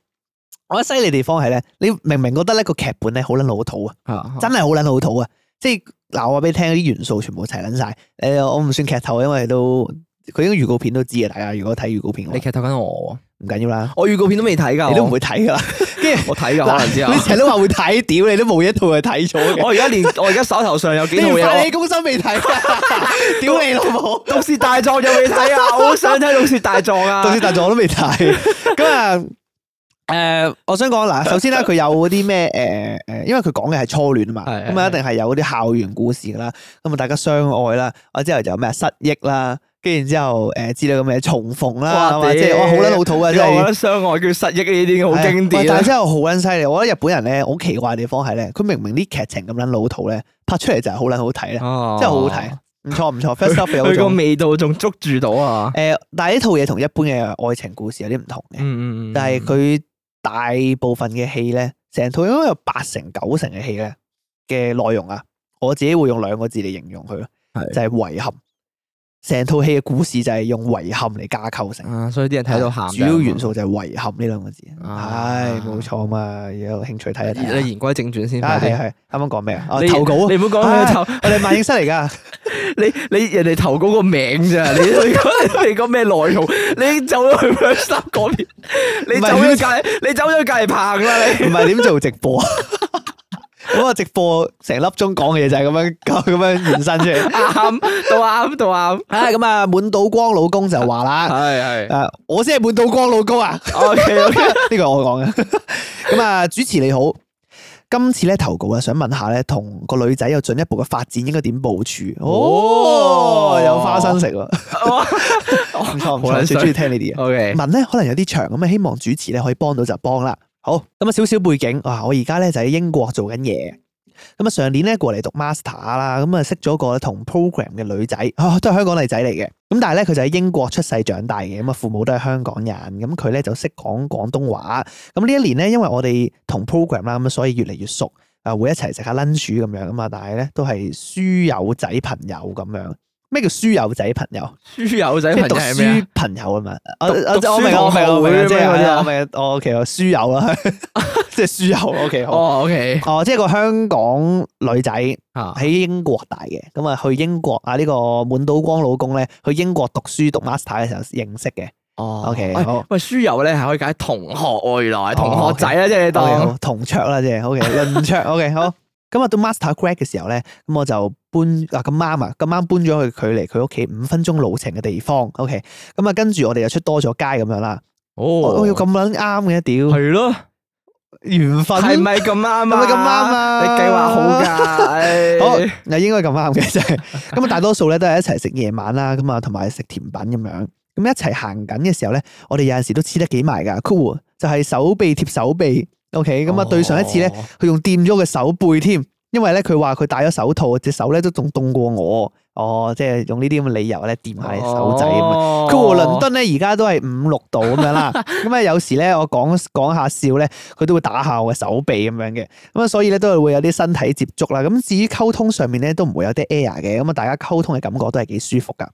[SPEAKER 1] 我覺得犀利地方係咧，你明明覺得呢個劇本咧好撚老土啊。
[SPEAKER 2] 啊
[SPEAKER 1] 真係好撚老土啊！即係嗱，我話俾你聽，啲元素全部齊撚晒。誒、呃我唔算劇透，因為都佢應該預告片都知嘅。大家如果睇預告片嘅話，
[SPEAKER 2] 你劇透緊我喎，
[SPEAKER 1] 唔緊要啦，
[SPEAKER 2] 我預告片都未睇㗎，
[SPEAKER 1] 你都唔
[SPEAKER 2] 我
[SPEAKER 1] 會睇噶啦。跟住
[SPEAKER 2] 我睇㗎，可能之 後
[SPEAKER 1] 你成日都話會睇，屌你都冇一套係睇咗嘅。
[SPEAKER 2] 我而家連我而家手頭上有幾
[SPEAKER 1] 你
[SPEAKER 2] 套
[SPEAKER 1] 連
[SPEAKER 2] 嘢
[SPEAKER 1] 法
[SPEAKER 2] 我
[SPEAKER 1] 理。公心未睇啊， 屌你老母！
[SPEAKER 2] 毒舌大狀有未 睇啊？我好想睇毒舌大狀啊！
[SPEAKER 1] 到時大狀我都未 睇，咁啊。誒、我想講嗱，首先咧，佢有嗰啲咩誒誒，因為佢講嘅係初戀啊嘛，
[SPEAKER 2] 係
[SPEAKER 1] 咁啊
[SPEAKER 2] 係
[SPEAKER 1] 一定係有嗰啲校園故事㗎啦，咁啊大家相愛啦，啊之後就有咩失憶啦，跟住然之後誒之類咁嘅嘢重逢啦，
[SPEAKER 2] 哇
[SPEAKER 1] 係嘛即係
[SPEAKER 2] 屌
[SPEAKER 1] 哇好撚 老土啊，真
[SPEAKER 2] 我覺
[SPEAKER 1] 係
[SPEAKER 2] 得相愛叫失憶呢啲好經
[SPEAKER 1] 係啊喂
[SPEAKER 2] 典
[SPEAKER 1] 但
[SPEAKER 2] 啊
[SPEAKER 1] 係。真係好撚犀利，我覺得日本人咧好奇怪嘅地方係咧，佢明明啲劇情咁撚老土咧，拍出嚟就係好撚好睇咧，
[SPEAKER 2] 哦
[SPEAKER 1] 真係好好睇，唔錯唔錯，First Love 有
[SPEAKER 2] 佢個
[SPEAKER 1] 種
[SPEAKER 2] 味道仲捉住到啊！
[SPEAKER 1] 誒，但係呢套嘢同一般嘅愛情故事有啲唔同嘅。
[SPEAKER 2] 嗯嗯嗯，
[SPEAKER 1] 但係佢大部分嘅戲咧，成套應該有八成九成嘅戲咧嘅內容啊，我自己會用兩個字嚟形容佢咯，
[SPEAKER 2] 係
[SPEAKER 1] 就係遺憾。成套戲嘅故事就係用遺憾嚟架構成，
[SPEAKER 2] 啊，所以啲人睇到喊。
[SPEAKER 1] 主要元。素就係遺憾呢兩個字。
[SPEAKER 2] 啊
[SPEAKER 1] 唉，冇錯嘛，有興趣睇一睇
[SPEAKER 2] 你言歸正傳先，
[SPEAKER 1] 啊。啊，
[SPEAKER 2] 快
[SPEAKER 1] 係
[SPEAKER 2] 啲。
[SPEAKER 1] 係，啱啱講咩啊？哦
[SPEAKER 2] 你
[SPEAKER 1] 投稿啊，
[SPEAKER 2] 你唔好講
[SPEAKER 1] 唉
[SPEAKER 2] 佢投，
[SPEAKER 1] 我哋萬影室嚟㗎。
[SPEAKER 2] 你你人哋投稿個名 咋？你你講你都未講咩內容，你走咗去 first Love 嗰邊，你
[SPEAKER 1] 唔
[SPEAKER 2] 走
[SPEAKER 1] 係
[SPEAKER 2] 咗隔離，你走咗隔離棚啦 你。
[SPEAKER 1] 唔係點做直播啊？咁啊，直播成粒鐘講嘅嘢就係咁樣咁樣延伸出嚟。
[SPEAKER 2] 啱到啱到啱，
[SPEAKER 1] 啊，咁啊，滿島光老公就話
[SPEAKER 2] 啊
[SPEAKER 1] 啦，
[SPEAKER 2] 係係。
[SPEAKER 1] 誒，我先係滿島光老公啊，
[SPEAKER 2] O K O K。
[SPEAKER 1] 呢個我講嘅。 咁啊，主持你好，今次咧投稿啊，想問下咧，同個女仔有進一步嘅發展應該點部署？哦
[SPEAKER 2] 哦，
[SPEAKER 1] 有花生食喎， 唔錯唔
[SPEAKER 2] 好
[SPEAKER 1] 錯，最
[SPEAKER 2] 撚想
[SPEAKER 1] 中意聽呢啲嘢。
[SPEAKER 2] O K，
[SPEAKER 1] 文咧可能有啲長咁啊，希望主持咧可以幫到就幫啦。好，咁啊少少背景啊，我而家咧就喺英國做緊嘢。咁啊上年咧過嚟讀 master 啦，咁啊識咗個同 program 嘅女仔， 啊都係香港女仔嚟嘅。咁但係咧佢就喺英國出世長大嘅，咁啊父母都係香港人，咁佢咧就識講廣東話。咁呢一年咧，因為我哋同 program 啦，咁啊所以越嚟越熟。啊，會一齊食下 lunch 咁樣啊嘛，但係咧都係書友仔朋友咁樣。咩叫書友仔朋友？
[SPEAKER 2] 書友仔
[SPEAKER 1] 即係
[SPEAKER 2] 朋友
[SPEAKER 1] 讀
[SPEAKER 2] 係咩啊
[SPEAKER 1] 書？朋友啊嘛，我
[SPEAKER 2] 讀讀書
[SPEAKER 1] 我我明我明我明，
[SPEAKER 2] 同學會
[SPEAKER 1] 即係
[SPEAKER 2] 咩嗰啲啊
[SPEAKER 1] 我明我其實書友啦， 即係書友。O K 好，
[SPEAKER 2] 哦，O K，
[SPEAKER 1] 哦，即係個香港女仔喺
[SPEAKER 2] 啊，
[SPEAKER 1] 英國大嘅，咁啊去英國啊呢個滿島光老公咧去英國讀書讀 master 嘅時候認識嘅，
[SPEAKER 2] 哦
[SPEAKER 1] OK，
[SPEAKER 2] 喂
[SPEAKER 1] 好
[SPEAKER 2] 喂，書友咧係可以解同學喎，原來同
[SPEAKER 1] 哦
[SPEAKER 2] 學仔啊，即係你
[SPEAKER 1] ，OK，
[SPEAKER 2] 當
[SPEAKER 1] 好同桌啦，即係 OK，鄰桌 OK，好。咁啊，到 master grad 嘅時候咧，咁我就搬啊咁啱啊，咁啱搬咗去距離佢屋企五分鐘路程嘅地方，OK。咁啊，跟住我哋又出多咗街咁樣啦。我哦我要咁撚啱嘅，屌
[SPEAKER 2] 哦係咯，
[SPEAKER 1] 緣分。
[SPEAKER 2] 係咪咁啱啊？
[SPEAKER 1] 係咪咁啱啊
[SPEAKER 2] 你計劃好㗎，唉
[SPEAKER 1] 好，嗱應該咁啱嘅，真係。咁啊，大多數咧都係一齊食夜晚啦，咁啊，同埋食甜品咁樣。咁一齊行緊嘅時候咧，我哋有陣時都黐得幾埋㗎。Cool，就係手臂貼手臂。OK，咁啊，對上一次咧，
[SPEAKER 2] 哦
[SPEAKER 1] 佢仲掂咗個手背添，因為咧佢話佢戴咗手套，隻手咧都仲凍過我。哦，即係用呢啲咁嘅理由咧掂下你手仔咁樣。
[SPEAKER 2] 哦
[SPEAKER 1] Cool，倫敦咧而家都係五六度咁樣啦，咁啊有時咧我講講下笑咧，佢都會打下我嘅手臂咁樣嘅，咁啊所以咧都係會有啲身體接觸啦。咁至於溝通上面咧都唔會有啲 air 嘅，咁啊大家溝通嘅感覺都係幾舒服噶。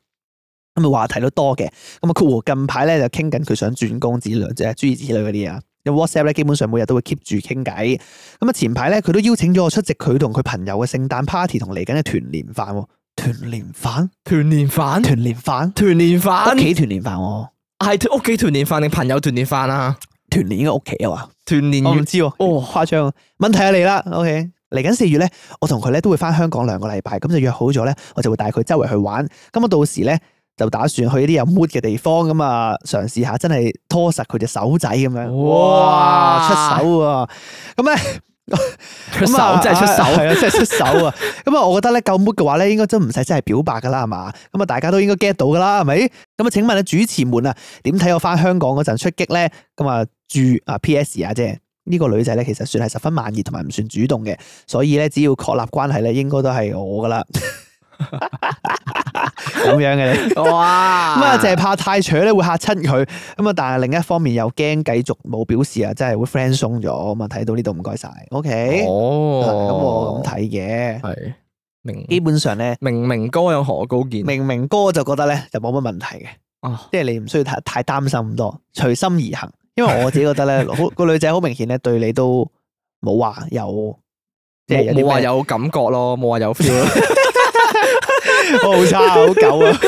[SPEAKER 1] 咁啊話題都多嘅，咁啊 Cool 近排咧就傾緊佢想轉工之類，即係諸如此類嗰啲啊。咁 WhatsApp 咧基本上每日都會 keep 住傾偈。咁啊前排咧佢都邀請咗我出席佢同佢朋友嘅聖誕 party 同嚟緊嘅團年飯喎。團年飯，
[SPEAKER 2] 團年飯，
[SPEAKER 1] 團年飯，
[SPEAKER 2] 團年飯
[SPEAKER 1] 屋企團年飯喎。
[SPEAKER 2] 係屋企團年飯定朋友團年飯啊？
[SPEAKER 1] 團年應該屋企啊嘛，
[SPEAKER 2] 團年
[SPEAKER 1] 我唔
[SPEAKER 2] 月
[SPEAKER 1] 知喎，
[SPEAKER 2] 哦
[SPEAKER 1] 誇張啊。問題係嚟啦，OK，嚟緊四月咧，我同佢咧都會翻香港兩個禮拜，咁就約好咗咧，我就會帶佢周圍去玩。咁我到時咧就打算去啲有 mood 嘅地方，咁啊嘗試下真係拖實佢隻手仔咁樣，
[SPEAKER 2] 哇
[SPEAKER 1] 出手啊喎，咁咧。
[SPEAKER 2] 出手真係出手，
[SPEAKER 1] 係啊，真係出手啊！ 咁啊，我覺得咧夠 mood 嘅話咧，應該都唔使真係表白噶啦，係嘛？咁啊，大家都應該 get 到噶啦，係咪？咁啊，請問啊，主持們啊，點睇我翻香港嗰陣出擊咧？咁啊，注啊 P.S. 啊啫，呢個女仔咧其實算係十分慢熱同埋唔算主動嘅，所以咧只要確立關係咧，應該都係我噶啦。 咁樣嘅你。
[SPEAKER 2] 哇！
[SPEAKER 1] 咁啊，就係怕太扯咧會嚇親佢，咁啊，但係另一方面又驚繼續冇表示啊，真係會 friend 鬆咗，咁啊睇到呢度唔該晒，OK。啊
[SPEAKER 2] 哦，嗯
[SPEAKER 1] 咁我咁睇嘅。
[SPEAKER 2] 係明
[SPEAKER 1] 基本上咧，
[SPEAKER 2] 明明哥有何高見
[SPEAKER 1] 明明哥就覺得咧就冇乜問題嘅，
[SPEAKER 2] 啊？
[SPEAKER 1] 即係你唔需要太太擔心咁多，隨心而行。因為我自己覺得咧，好 個女仔好明顯咧對你都冇話有，即係有
[SPEAKER 2] 冇
[SPEAKER 1] 啲
[SPEAKER 2] 冇話
[SPEAKER 1] 咩
[SPEAKER 2] 有感覺咯，冇話有 feel 咯。
[SPEAKER 1] 我哦好差好狗 啊，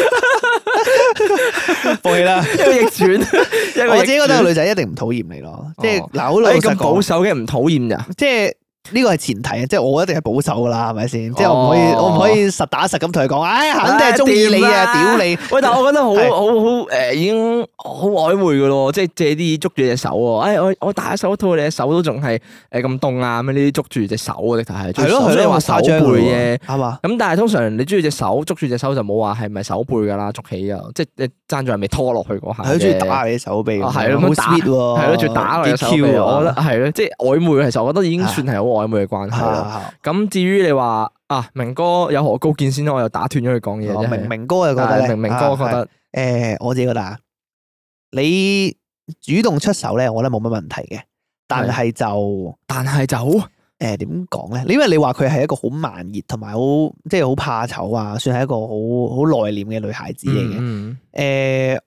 [SPEAKER 1] 放棄啦。
[SPEAKER 2] 一個逆轉，一個
[SPEAKER 1] 我自己覺得
[SPEAKER 2] 逆轉
[SPEAKER 1] 個女仔一定唔討厭你咯，即係
[SPEAKER 2] 哦
[SPEAKER 1] 嗱好老
[SPEAKER 2] 哎
[SPEAKER 1] 實
[SPEAKER 2] 咁保
[SPEAKER 1] 講，啊
[SPEAKER 2] 守嘅唔討厭咋？
[SPEAKER 1] 即係。呢個係前提啊，即係我一定係保守噶啦，係咪先？即係我唔可以，
[SPEAKER 2] 哦
[SPEAKER 1] 我唔可以實打實咁同佢講，唉，肯定係中意你啊，
[SPEAKER 2] 唉掂啦
[SPEAKER 1] 屌你！
[SPEAKER 2] 喂，但我覺得好
[SPEAKER 1] 係
[SPEAKER 2] 好好誒，已經好曖昧噶咯，即係借啲捉住隻手喎。哎，我我戴咗手套，你隻手都仲係誒咁凍啊，咁樣呢啲捉住隻手啊，直頭係
[SPEAKER 1] 係咯係
[SPEAKER 2] 即係
[SPEAKER 1] 咯，
[SPEAKER 2] 話
[SPEAKER 1] 好
[SPEAKER 2] 手
[SPEAKER 1] 誇張㗎
[SPEAKER 2] 背
[SPEAKER 1] 喎
[SPEAKER 2] 啫。
[SPEAKER 1] 啱嘛？
[SPEAKER 2] 咁但係通常你中意隻手捉住隻手就冇話係咪手背噶啦，捉起噶，即係你爭在係咪拖落去嗰下啫。
[SPEAKER 1] 佢中意打你手臂，
[SPEAKER 2] 啊係咯
[SPEAKER 1] 好
[SPEAKER 2] 咁打
[SPEAKER 1] sweet 喎，
[SPEAKER 2] 係咯，仲要打落隻手臂啊
[SPEAKER 1] DQ 喎
[SPEAKER 2] 我覺得係咯，即係曖昧，其實我覺得已經算係好曖昧嘅關係啊啦。
[SPEAKER 1] 係啊
[SPEAKER 2] 咁至於你話啊，明哥有何高見先啦，我又打斷咗佢講嘢
[SPEAKER 1] 我
[SPEAKER 2] 啫。
[SPEAKER 1] 哦明明哥啊又覺得
[SPEAKER 2] 但係
[SPEAKER 1] 咧，啊
[SPEAKER 2] 明明哥覺得
[SPEAKER 1] 誒，我自己覺得啊，你主動出手咧，我覺得冇乜問題嘅，但係就
[SPEAKER 2] 但係就好
[SPEAKER 1] 誒呃點講咧？因為你話佢係一個好慢熱同埋好即係好怕醜啊，算係一個好好內斂嘅女孩子嚟嘅。誒、
[SPEAKER 2] 嗯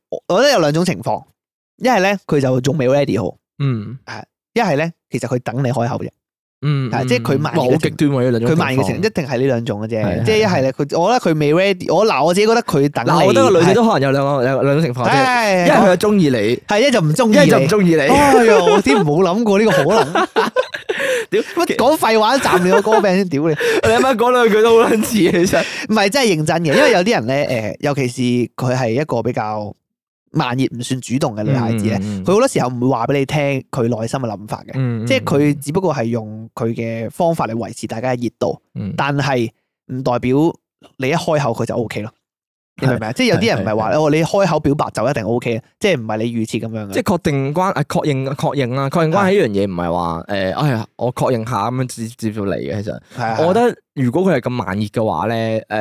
[SPEAKER 1] 我我覺得有兩種情況，一係咧佢就仲未 ready 好，
[SPEAKER 2] 嗯
[SPEAKER 1] 一係咧其實佢等你開口啫。
[SPEAKER 2] 嗯，
[SPEAKER 1] 係即係佢慢
[SPEAKER 2] 哇
[SPEAKER 1] 嘅
[SPEAKER 2] 好
[SPEAKER 1] 情
[SPEAKER 2] 極端喎，呢兩種
[SPEAKER 1] 佢慢熱嘅情
[SPEAKER 2] 情
[SPEAKER 1] 一定係呢兩種嘅
[SPEAKER 2] 係
[SPEAKER 1] 啫，即係一係咧佢，我覺得佢未 ready，我嗱我自己覺得佢等你。
[SPEAKER 2] 嗱，我覺得個女仔
[SPEAKER 1] 係
[SPEAKER 2] 都可能有兩個有兩種情況，即係
[SPEAKER 1] 係
[SPEAKER 2] 一係佢中意你，
[SPEAKER 1] 係一就唔哎中意
[SPEAKER 2] 一係就唔
[SPEAKER 1] 你。
[SPEAKER 2] 中意你。
[SPEAKER 1] 哎呀，我啲冇諗過呢個可能。
[SPEAKER 2] 屌
[SPEAKER 1] 乜講廢話站你個歌名先，屌你！唔
[SPEAKER 2] 你啱啱講兩句都好撚似，其實
[SPEAKER 1] 係真係認真嘅，因為有啲人 咧，誒，尤其是佢係一個比較慢熱唔算主動嘅女孩子咧，
[SPEAKER 2] 嗯
[SPEAKER 1] 佢好多時候唔會話俾你聽佢內心嘅諗法嘅，
[SPEAKER 2] 嗯嗯
[SPEAKER 1] 即係佢只不過係用佢嘅方法嚟維持大家嘅熱度。
[SPEAKER 2] 嗯
[SPEAKER 1] 但係唔代表你一開口佢就 O K 咯。你明唔明啊？即係有啲人唔係話哦，你開口表白就一定 O K 嘅，即係唔係你預設咁樣嘅。
[SPEAKER 2] 即係確定關啊，確認確認啦，確認
[SPEAKER 1] 啊
[SPEAKER 2] 關係呢樣嘢唔係話誒，哎呀，我確認下咁樣接接住嚟嘅，其實
[SPEAKER 1] 係
[SPEAKER 2] 我覺
[SPEAKER 1] 得
[SPEAKER 2] 得如果佢係咁慢熱嘅話咧，誒、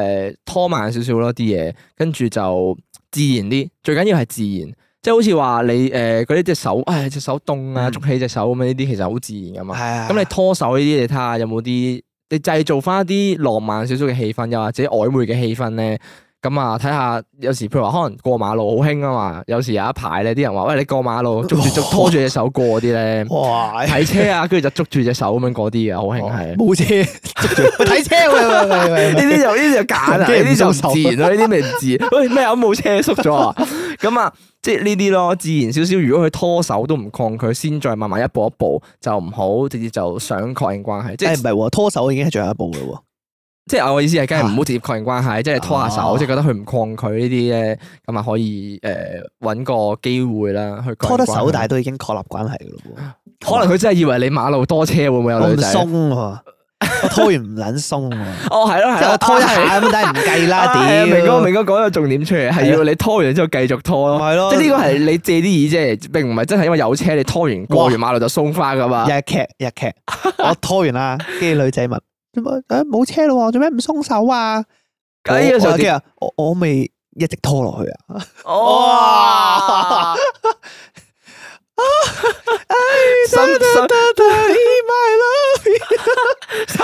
[SPEAKER 2] 拖慢少少咯啲嘢，跟住就自然啲，最緊要係自然，即係好似話你誒嗰啲隻手，唉隻手凍啊，
[SPEAKER 1] 嗯
[SPEAKER 2] 捉起隻手咁樣呢啲，其實好自然噶嘛。
[SPEAKER 1] 係啊。
[SPEAKER 2] 咁你拖手呢啲，你睇下有冇啲，你製造翻啲浪漫少少嘅氣氛，又或者曖昧嘅氣氛咧。咁啊，睇下有時譬如話，可能過馬路好興啊嘛，有時有一排咧，啲人話喂你過馬路捉住捉 拖住隻手過嗰啲咧，
[SPEAKER 1] 哇
[SPEAKER 2] 睇車啊，跟住就捉住隻手咁樣嗰啲啊，好興係。
[SPEAKER 1] 冇車 捉住 喂睇車喂喂喂喂
[SPEAKER 2] 呢
[SPEAKER 1] 喂。
[SPEAKER 2] 啲就呢啲就假啦，呢
[SPEAKER 1] 驚唔
[SPEAKER 2] 啲就
[SPEAKER 1] 收
[SPEAKER 2] 唔
[SPEAKER 1] 手
[SPEAKER 2] 自然咯，呢啲咪唔自然。喂，咩啊？冇車縮咗啊？ 咁啊，即係呢啲咯，自然少少。如果佢拖手都唔抗拒，先再慢慢一步一步，就唔好直接就想確認關係。即
[SPEAKER 1] 誒
[SPEAKER 2] 係
[SPEAKER 1] 唔係喎，拖手已經係最後一步嘞喎。
[SPEAKER 2] 即係我意思係，梗係唔好直接確認關係，即係拖下手，
[SPEAKER 1] 哦
[SPEAKER 2] 即係覺得佢唔抗拒呢啲咧，咁啊可以誒揾個機會啦去確認關係
[SPEAKER 1] 拖得手，但係都已經確立關係嘅咯
[SPEAKER 2] 可能佢真係以為你馬路多車會唔會
[SPEAKER 1] 喎。
[SPEAKER 2] 有
[SPEAKER 1] 我
[SPEAKER 2] 女
[SPEAKER 1] 唔
[SPEAKER 2] 仔？
[SPEAKER 1] 鬆喎，我拖完唔撚鬆喎，
[SPEAKER 2] 哦，係咯，係咯
[SPEAKER 1] 即係我拖一
[SPEAKER 2] 啊係
[SPEAKER 1] 下咁，梗係唔計
[SPEAKER 2] 啊
[SPEAKER 1] 啦。
[SPEAKER 2] 係
[SPEAKER 1] 屌，
[SPEAKER 2] 啊明哥，明哥講咗重點出嚟，係要你拖完之後繼續拖咯。
[SPEAKER 1] 係咯，
[SPEAKER 2] 即係呢個係你借啲意啫，並唔係真係因為有車你拖完過完馬路就鬆翻 噶嘛。
[SPEAKER 1] 日劇日劇，我拖完啦，跟住女仔問：做乜誒冇車咯喎？做咩唔鬆手啊？
[SPEAKER 2] 哎呀
[SPEAKER 1] 我
[SPEAKER 2] 就
[SPEAKER 1] 我跟住話我我咪一直拖落去啊！
[SPEAKER 2] 哇！心心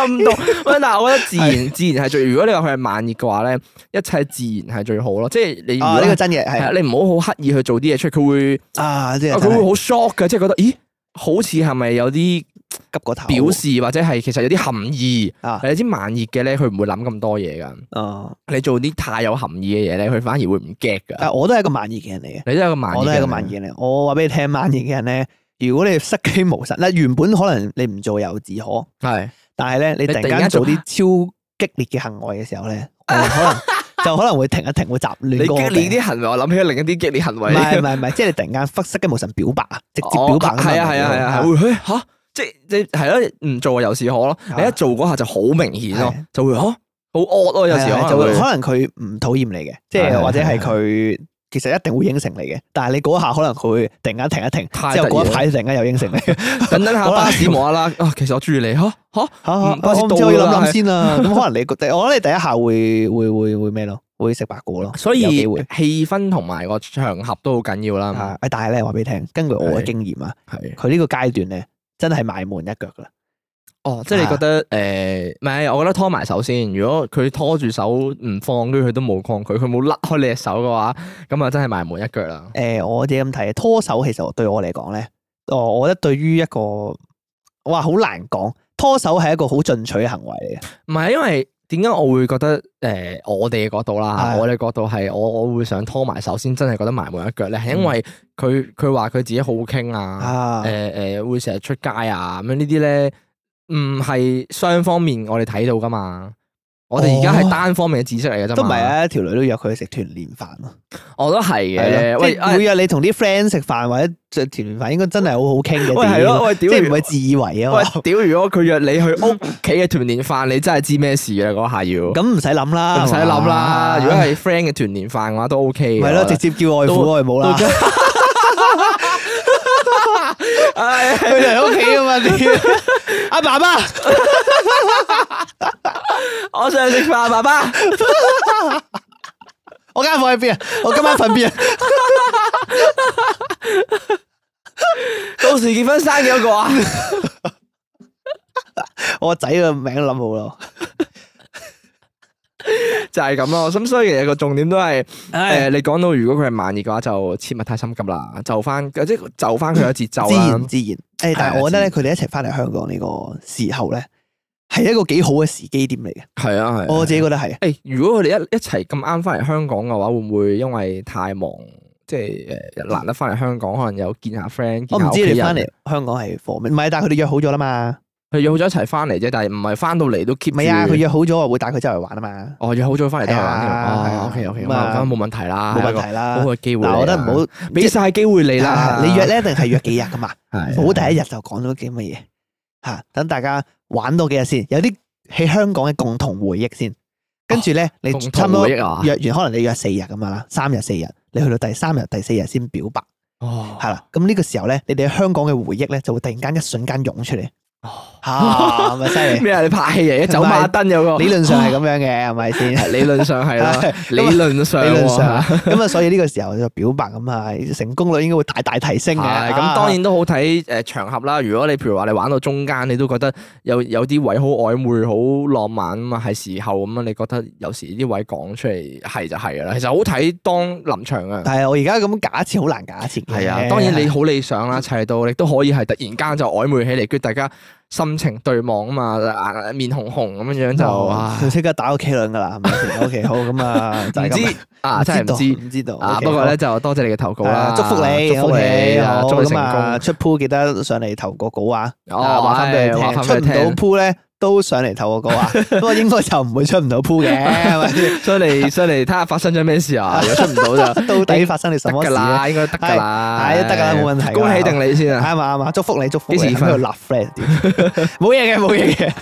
[SPEAKER 2] 心動，喂！但係我覺得自然 自然係最，如果你話佢係慢熱嘅話咧，一切自然係最好咯。即係你如
[SPEAKER 1] 啊，
[SPEAKER 2] 果
[SPEAKER 1] 呢個真嘢
[SPEAKER 2] 係啊
[SPEAKER 1] 係
[SPEAKER 2] 你唔好好刻意去做啲嘢出嚟，佢會
[SPEAKER 1] 啊，呢個
[SPEAKER 2] 佢
[SPEAKER 1] 真
[SPEAKER 2] 會
[SPEAKER 1] 係
[SPEAKER 2] 好 shock 嘅，即係覺得咦，好似係咪有啲
[SPEAKER 1] 急過頭
[SPEAKER 2] 表示或者係其實有啲含義？
[SPEAKER 1] 啊
[SPEAKER 2] 係有啲慢熱嘅咧，佢唔會諗咁多嘢噶。
[SPEAKER 1] 啊！
[SPEAKER 2] 你做啲太有含義嘅嘢咧，佢反而會唔 get 噶。
[SPEAKER 1] 但我都係一個慢熱嘅人嚟嘅。
[SPEAKER 2] 你都係一個慢熱
[SPEAKER 1] 哦我
[SPEAKER 2] 嘅人，
[SPEAKER 1] 都係一個慢熱嘅，我話俾你聽，慢熱嘅人咧，如果你失驚無神，嗱原本可能你唔做又自可，
[SPEAKER 2] 係
[SPEAKER 1] 但係咧你突
[SPEAKER 2] 突
[SPEAKER 1] 然
[SPEAKER 2] 然
[SPEAKER 1] 間
[SPEAKER 2] 間
[SPEAKER 1] 做
[SPEAKER 2] 做
[SPEAKER 1] 啲超激烈嘅行為嘅時候 咧，我可能就可能會停一停，會雜
[SPEAKER 2] 你
[SPEAKER 1] 亂嗰個
[SPEAKER 2] 激烈
[SPEAKER 1] 病
[SPEAKER 2] 啲行為，我諗起另一啲激烈行
[SPEAKER 1] 唔
[SPEAKER 2] 為。
[SPEAKER 1] 係唔 係唔係，即係你突然間忽失驚無神表白啊，直接表白咁
[SPEAKER 2] 哦係啊係啊係啊，係
[SPEAKER 1] 係
[SPEAKER 2] 會嘿吓，即係你係咯，唔做又是可咯。
[SPEAKER 1] 啊
[SPEAKER 2] 你一做嗰下就好明顯咯
[SPEAKER 1] 係，
[SPEAKER 2] 就會吓好惡咯，有時
[SPEAKER 1] 係啊
[SPEAKER 2] 可
[SPEAKER 1] 就
[SPEAKER 2] 能
[SPEAKER 1] 會
[SPEAKER 2] 會
[SPEAKER 1] 可能佢唔討厭你嘅，即
[SPEAKER 2] 係
[SPEAKER 1] 係
[SPEAKER 2] 係
[SPEAKER 1] 或者係
[SPEAKER 2] 係
[SPEAKER 1] 佢其實一定會應承你嘅，但係你嗰下可能佢會突然間停一停，
[SPEAKER 2] 太
[SPEAKER 1] 之後
[SPEAKER 2] 突然
[SPEAKER 1] 嗰一排突然間又應承你，
[SPEAKER 2] 等等下
[SPEAKER 1] 可能
[SPEAKER 2] 巴士無啦啦啊，其實我中意你吓吓，
[SPEAKER 1] 嚇
[SPEAKER 2] 嗯
[SPEAKER 1] 我
[SPEAKER 2] 巴士
[SPEAKER 1] 唔
[SPEAKER 2] 到
[SPEAKER 1] 知我要
[SPEAKER 2] 啦
[SPEAKER 1] 諗諗
[SPEAKER 2] 係
[SPEAKER 1] 先啦。咁可能你覺得，我覺得你第一下會會會會咩咯？會食白果咯。
[SPEAKER 2] 所
[SPEAKER 1] 有
[SPEAKER 2] 以
[SPEAKER 1] 機會
[SPEAKER 2] 氣氛同埋個場合都好緊要啦
[SPEAKER 1] 啊。！但係咧，話俾你聽，根據我嘅
[SPEAKER 2] 係
[SPEAKER 1] 經驗啊，
[SPEAKER 2] 係
[SPEAKER 1] 佢呢個階段咧，真係埋門一腳噶啦。
[SPEAKER 2] 哦，即係你覺
[SPEAKER 1] 啊
[SPEAKER 2] 得誒，唔係，我覺得拖埋手先。如果佢拖住手唔放，跟住佢都冇抗拒，佢冇甩開你隻手嘅話，咁啊真係埋門一腳啦。
[SPEAKER 1] 誒，我自己咁睇，拖手其實對我嚟講咧，哦，我覺得對於一個哇好難講，拖手係一個好進取嘅行為嚟嘅。
[SPEAKER 2] 唔係，因為點解我會覺得誒、呃我哋嘅角度啦，
[SPEAKER 1] 係
[SPEAKER 2] 我哋角度係我我會想拖埋手先，真係覺得埋門一腳咧，係因為佢佢話佢自己好傾啊，誒誒、
[SPEAKER 1] 嗯啊，
[SPEAKER 2] 呃會成日出街啊，咁樣呢啲咧，唔係雙方面我哋睇到噶嘛。我哋而家
[SPEAKER 1] 哦
[SPEAKER 2] 係單方面嘅知識嚟嘅啫嘛，
[SPEAKER 1] 都唔係，啊，條女都約佢去食團年飯咯，
[SPEAKER 2] 我都
[SPEAKER 1] 係
[SPEAKER 2] 係嘅。
[SPEAKER 1] 咯，
[SPEAKER 2] 喂
[SPEAKER 1] 即係會約啊你同啲 friend 食飯或者食團年飯，應該真係好好傾嘅。
[SPEAKER 2] 哎喂係咯，
[SPEAKER 1] 屌，即
[SPEAKER 2] 喂屌，
[SPEAKER 1] 係唔係自以為啊嘛。
[SPEAKER 2] 喂屌，如果佢約你去屋企嘅團年飯，你真係知咩事啦嗰下要，
[SPEAKER 1] 咁唔啊使諗啦，
[SPEAKER 2] 唔使諗啦。
[SPEAKER 1] 係嘛
[SPEAKER 2] 如果係 friend 嘅團年飯嘅話都 OK 嘅。
[SPEAKER 1] 咪
[SPEAKER 2] 我
[SPEAKER 1] 咯，
[SPEAKER 2] 覺
[SPEAKER 1] 直
[SPEAKER 2] 得
[SPEAKER 1] 接叫外父
[SPEAKER 2] 都
[SPEAKER 1] 外母
[SPEAKER 2] 到
[SPEAKER 1] 啦，
[SPEAKER 2] 咗唉
[SPEAKER 1] 佢哋喺屋企啊嘛， 你阿爸爸，
[SPEAKER 2] 我想去食飯，爸爸。
[SPEAKER 1] 我間房喺邊啊？我今晚瞓邊啊？
[SPEAKER 2] 到時結婚生幾多個啊？
[SPEAKER 1] 我個仔嘅名諗好咯，
[SPEAKER 2] 就係咁咯。咁所以其實個重點都係，誒，你講到如果佢係慢熱嘅話，就切勿太心急啦，就翻即係就翻佢嘅節奏
[SPEAKER 1] 自
[SPEAKER 2] 啦
[SPEAKER 1] 然。自然。誒，但啊係我覺得咧，佢哋一齊翻嚟香港呢個時候咧，係一個幾好嘅時機點嚟嘅。
[SPEAKER 2] 係啊，係啊。
[SPEAKER 1] 我自己覺得係，
[SPEAKER 2] 誒，如果佢哋一一齊咁啱翻嚟香港嘅話，會唔會因為太忙，即係誒難得翻嚟香港，可能有見下 friend，
[SPEAKER 1] 我
[SPEAKER 2] 見
[SPEAKER 1] 哦
[SPEAKER 2] 下
[SPEAKER 1] 唔
[SPEAKER 2] 屋
[SPEAKER 1] 知
[SPEAKER 2] 企
[SPEAKER 1] 你翻
[SPEAKER 2] 人
[SPEAKER 1] 嚟。香港係貨咩？唔係，但係佢哋約好咗啦嘛。
[SPEAKER 2] 佢約好咗一齊翻嚟啫，但係唔係翻到嚟都 keep
[SPEAKER 1] 唔係啊，
[SPEAKER 2] 住
[SPEAKER 1] 佢約好咗話會帶佢周圍玩啊嘛，
[SPEAKER 2] 哦，約好咗翻嚟都係玩
[SPEAKER 1] 係啊係
[SPEAKER 2] 添。
[SPEAKER 1] 啊
[SPEAKER 2] 哦，OK OK，咁
[SPEAKER 1] 咁啊
[SPEAKER 2] 啊，咁冇問題啦，
[SPEAKER 1] 冇
[SPEAKER 2] 係一個
[SPEAKER 1] 問題啦
[SPEAKER 2] 好。好嘅機會嚟啦。
[SPEAKER 1] 嗱，
[SPEAKER 2] 啊
[SPEAKER 1] 我覺得唔啊好
[SPEAKER 2] 俾晒機會你啦，
[SPEAKER 1] 你約咧一啊定係約幾日噶嘛。
[SPEAKER 2] 係啊
[SPEAKER 1] 冇第一日就講咗啲乜嘢吓，等大家玩多幾日先，有啲喺香港嘅共同回憶先。跟住咧，你
[SPEAKER 2] 哦共
[SPEAKER 1] 差唔
[SPEAKER 2] 同
[SPEAKER 1] 多
[SPEAKER 2] 回
[SPEAKER 1] 約
[SPEAKER 2] 憶啊，
[SPEAKER 1] 完，可能你約四日咁樣啦，三日四日，你去到第三日、第四日先表白，
[SPEAKER 2] 哦
[SPEAKER 1] 係啦。咁呢個時候咧，你哋喺香港嘅回憶咧，就會突然間一瞬間湧出嚟，
[SPEAKER 2] 哦
[SPEAKER 1] 吓咪犀 利。
[SPEAKER 2] 咩啊？你拍戲嚟嘅，走馬燈有個
[SPEAKER 1] 理論上係咁樣嘅，係咪先？
[SPEAKER 2] 理論 上係啦， 理論上
[SPEAKER 1] 理
[SPEAKER 2] 喎
[SPEAKER 1] 論上咁啊，所以呢個時候就表白咁啊，成功率應該會大大提升嘅。
[SPEAKER 2] 係
[SPEAKER 1] 啊
[SPEAKER 2] 咁，當然都好睇誒場合啦。如果你譬如話你玩到中間，你都覺得有有啲位好曖昧、好浪漫啊嘛，係時候咁啊，你覺得有時啲位講出嚟係就係噶啦。其實好睇當臨場啊。
[SPEAKER 1] 但係我而家咁假設好難假設嘅。
[SPEAKER 2] 係啊，當然你好理想啦，砌到你都可以係突然間就曖昧起嚟，跟住大家深情對望啊嘛，眼面紅紅咁樣樣就啊，
[SPEAKER 1] 就即刻打個 K 輪噶啦，係咪 先？OK，好咁啊，就係
[SPEAKER 2] 唔
[SPEAKER 1] 咁
[SPEAKER 2] 知啊，真係唔知
[SPEAKER 1] 道唔知道
[SPEAKER 2] 啊。
[SPEAKER 1] OK，
[SPEAKER 2] 不過
[SPEAKER 1] 好
[SPEAKER 2] 咧就多謝你嘅投稿啦
[SPEAKER 1] 啊，祝福你，
[SPEAKER 2] 祝福
[SPEAKER 1] OK，
[SPEAKER 2] 你啊，
[SPEAKER 1] 好
[SPEAKER 2] 祝你成
[SPEAKER 1] 咁啊！
[SPEAKER 2] 功。
[SPEAKER 1] 出 pool 記得上嚟投個稿啊！啊
[SPEAKER 2] 哦，
[SPEAKER 1] 話翻俾你
[SPEAKER 2] 係話
[SPEAKER 1] 聽，
[SPEAKER 2] 返
[SPEAKER 1] 出唔
[SPEAKER 2] 俾你聽
[SPEAKER 1] 到 pool 咧都上嚟投個稿啊！不過應該就唔會出唔到 pool 嘅，係咪 先？
[SPEAKER 2] 所以你所以你睇下發生咗咩事 啊？如果出唔到就
[SPEAKER 1] 到底發生你什麼
[SPEAKER 2] 哎得
[SPEAKER 1] 事啊
[SPEAKER 2] 㗎
[SPEAKER 1] 咧？
[SPEAKER 2] 啦，應該得㗎啦，
[SPEAKER 1] 係得㗎啦冇問題㗎啦
[SPEAKER 2] 恭喜定你先啊！
[SPEAKER 1] 啱啊啱啊！祝福你，祝福你，
[SPEAKER 2] 幾時
[SPEAKER 1] 喺度立 friend，冇嘢嘅，冇嘢嘅，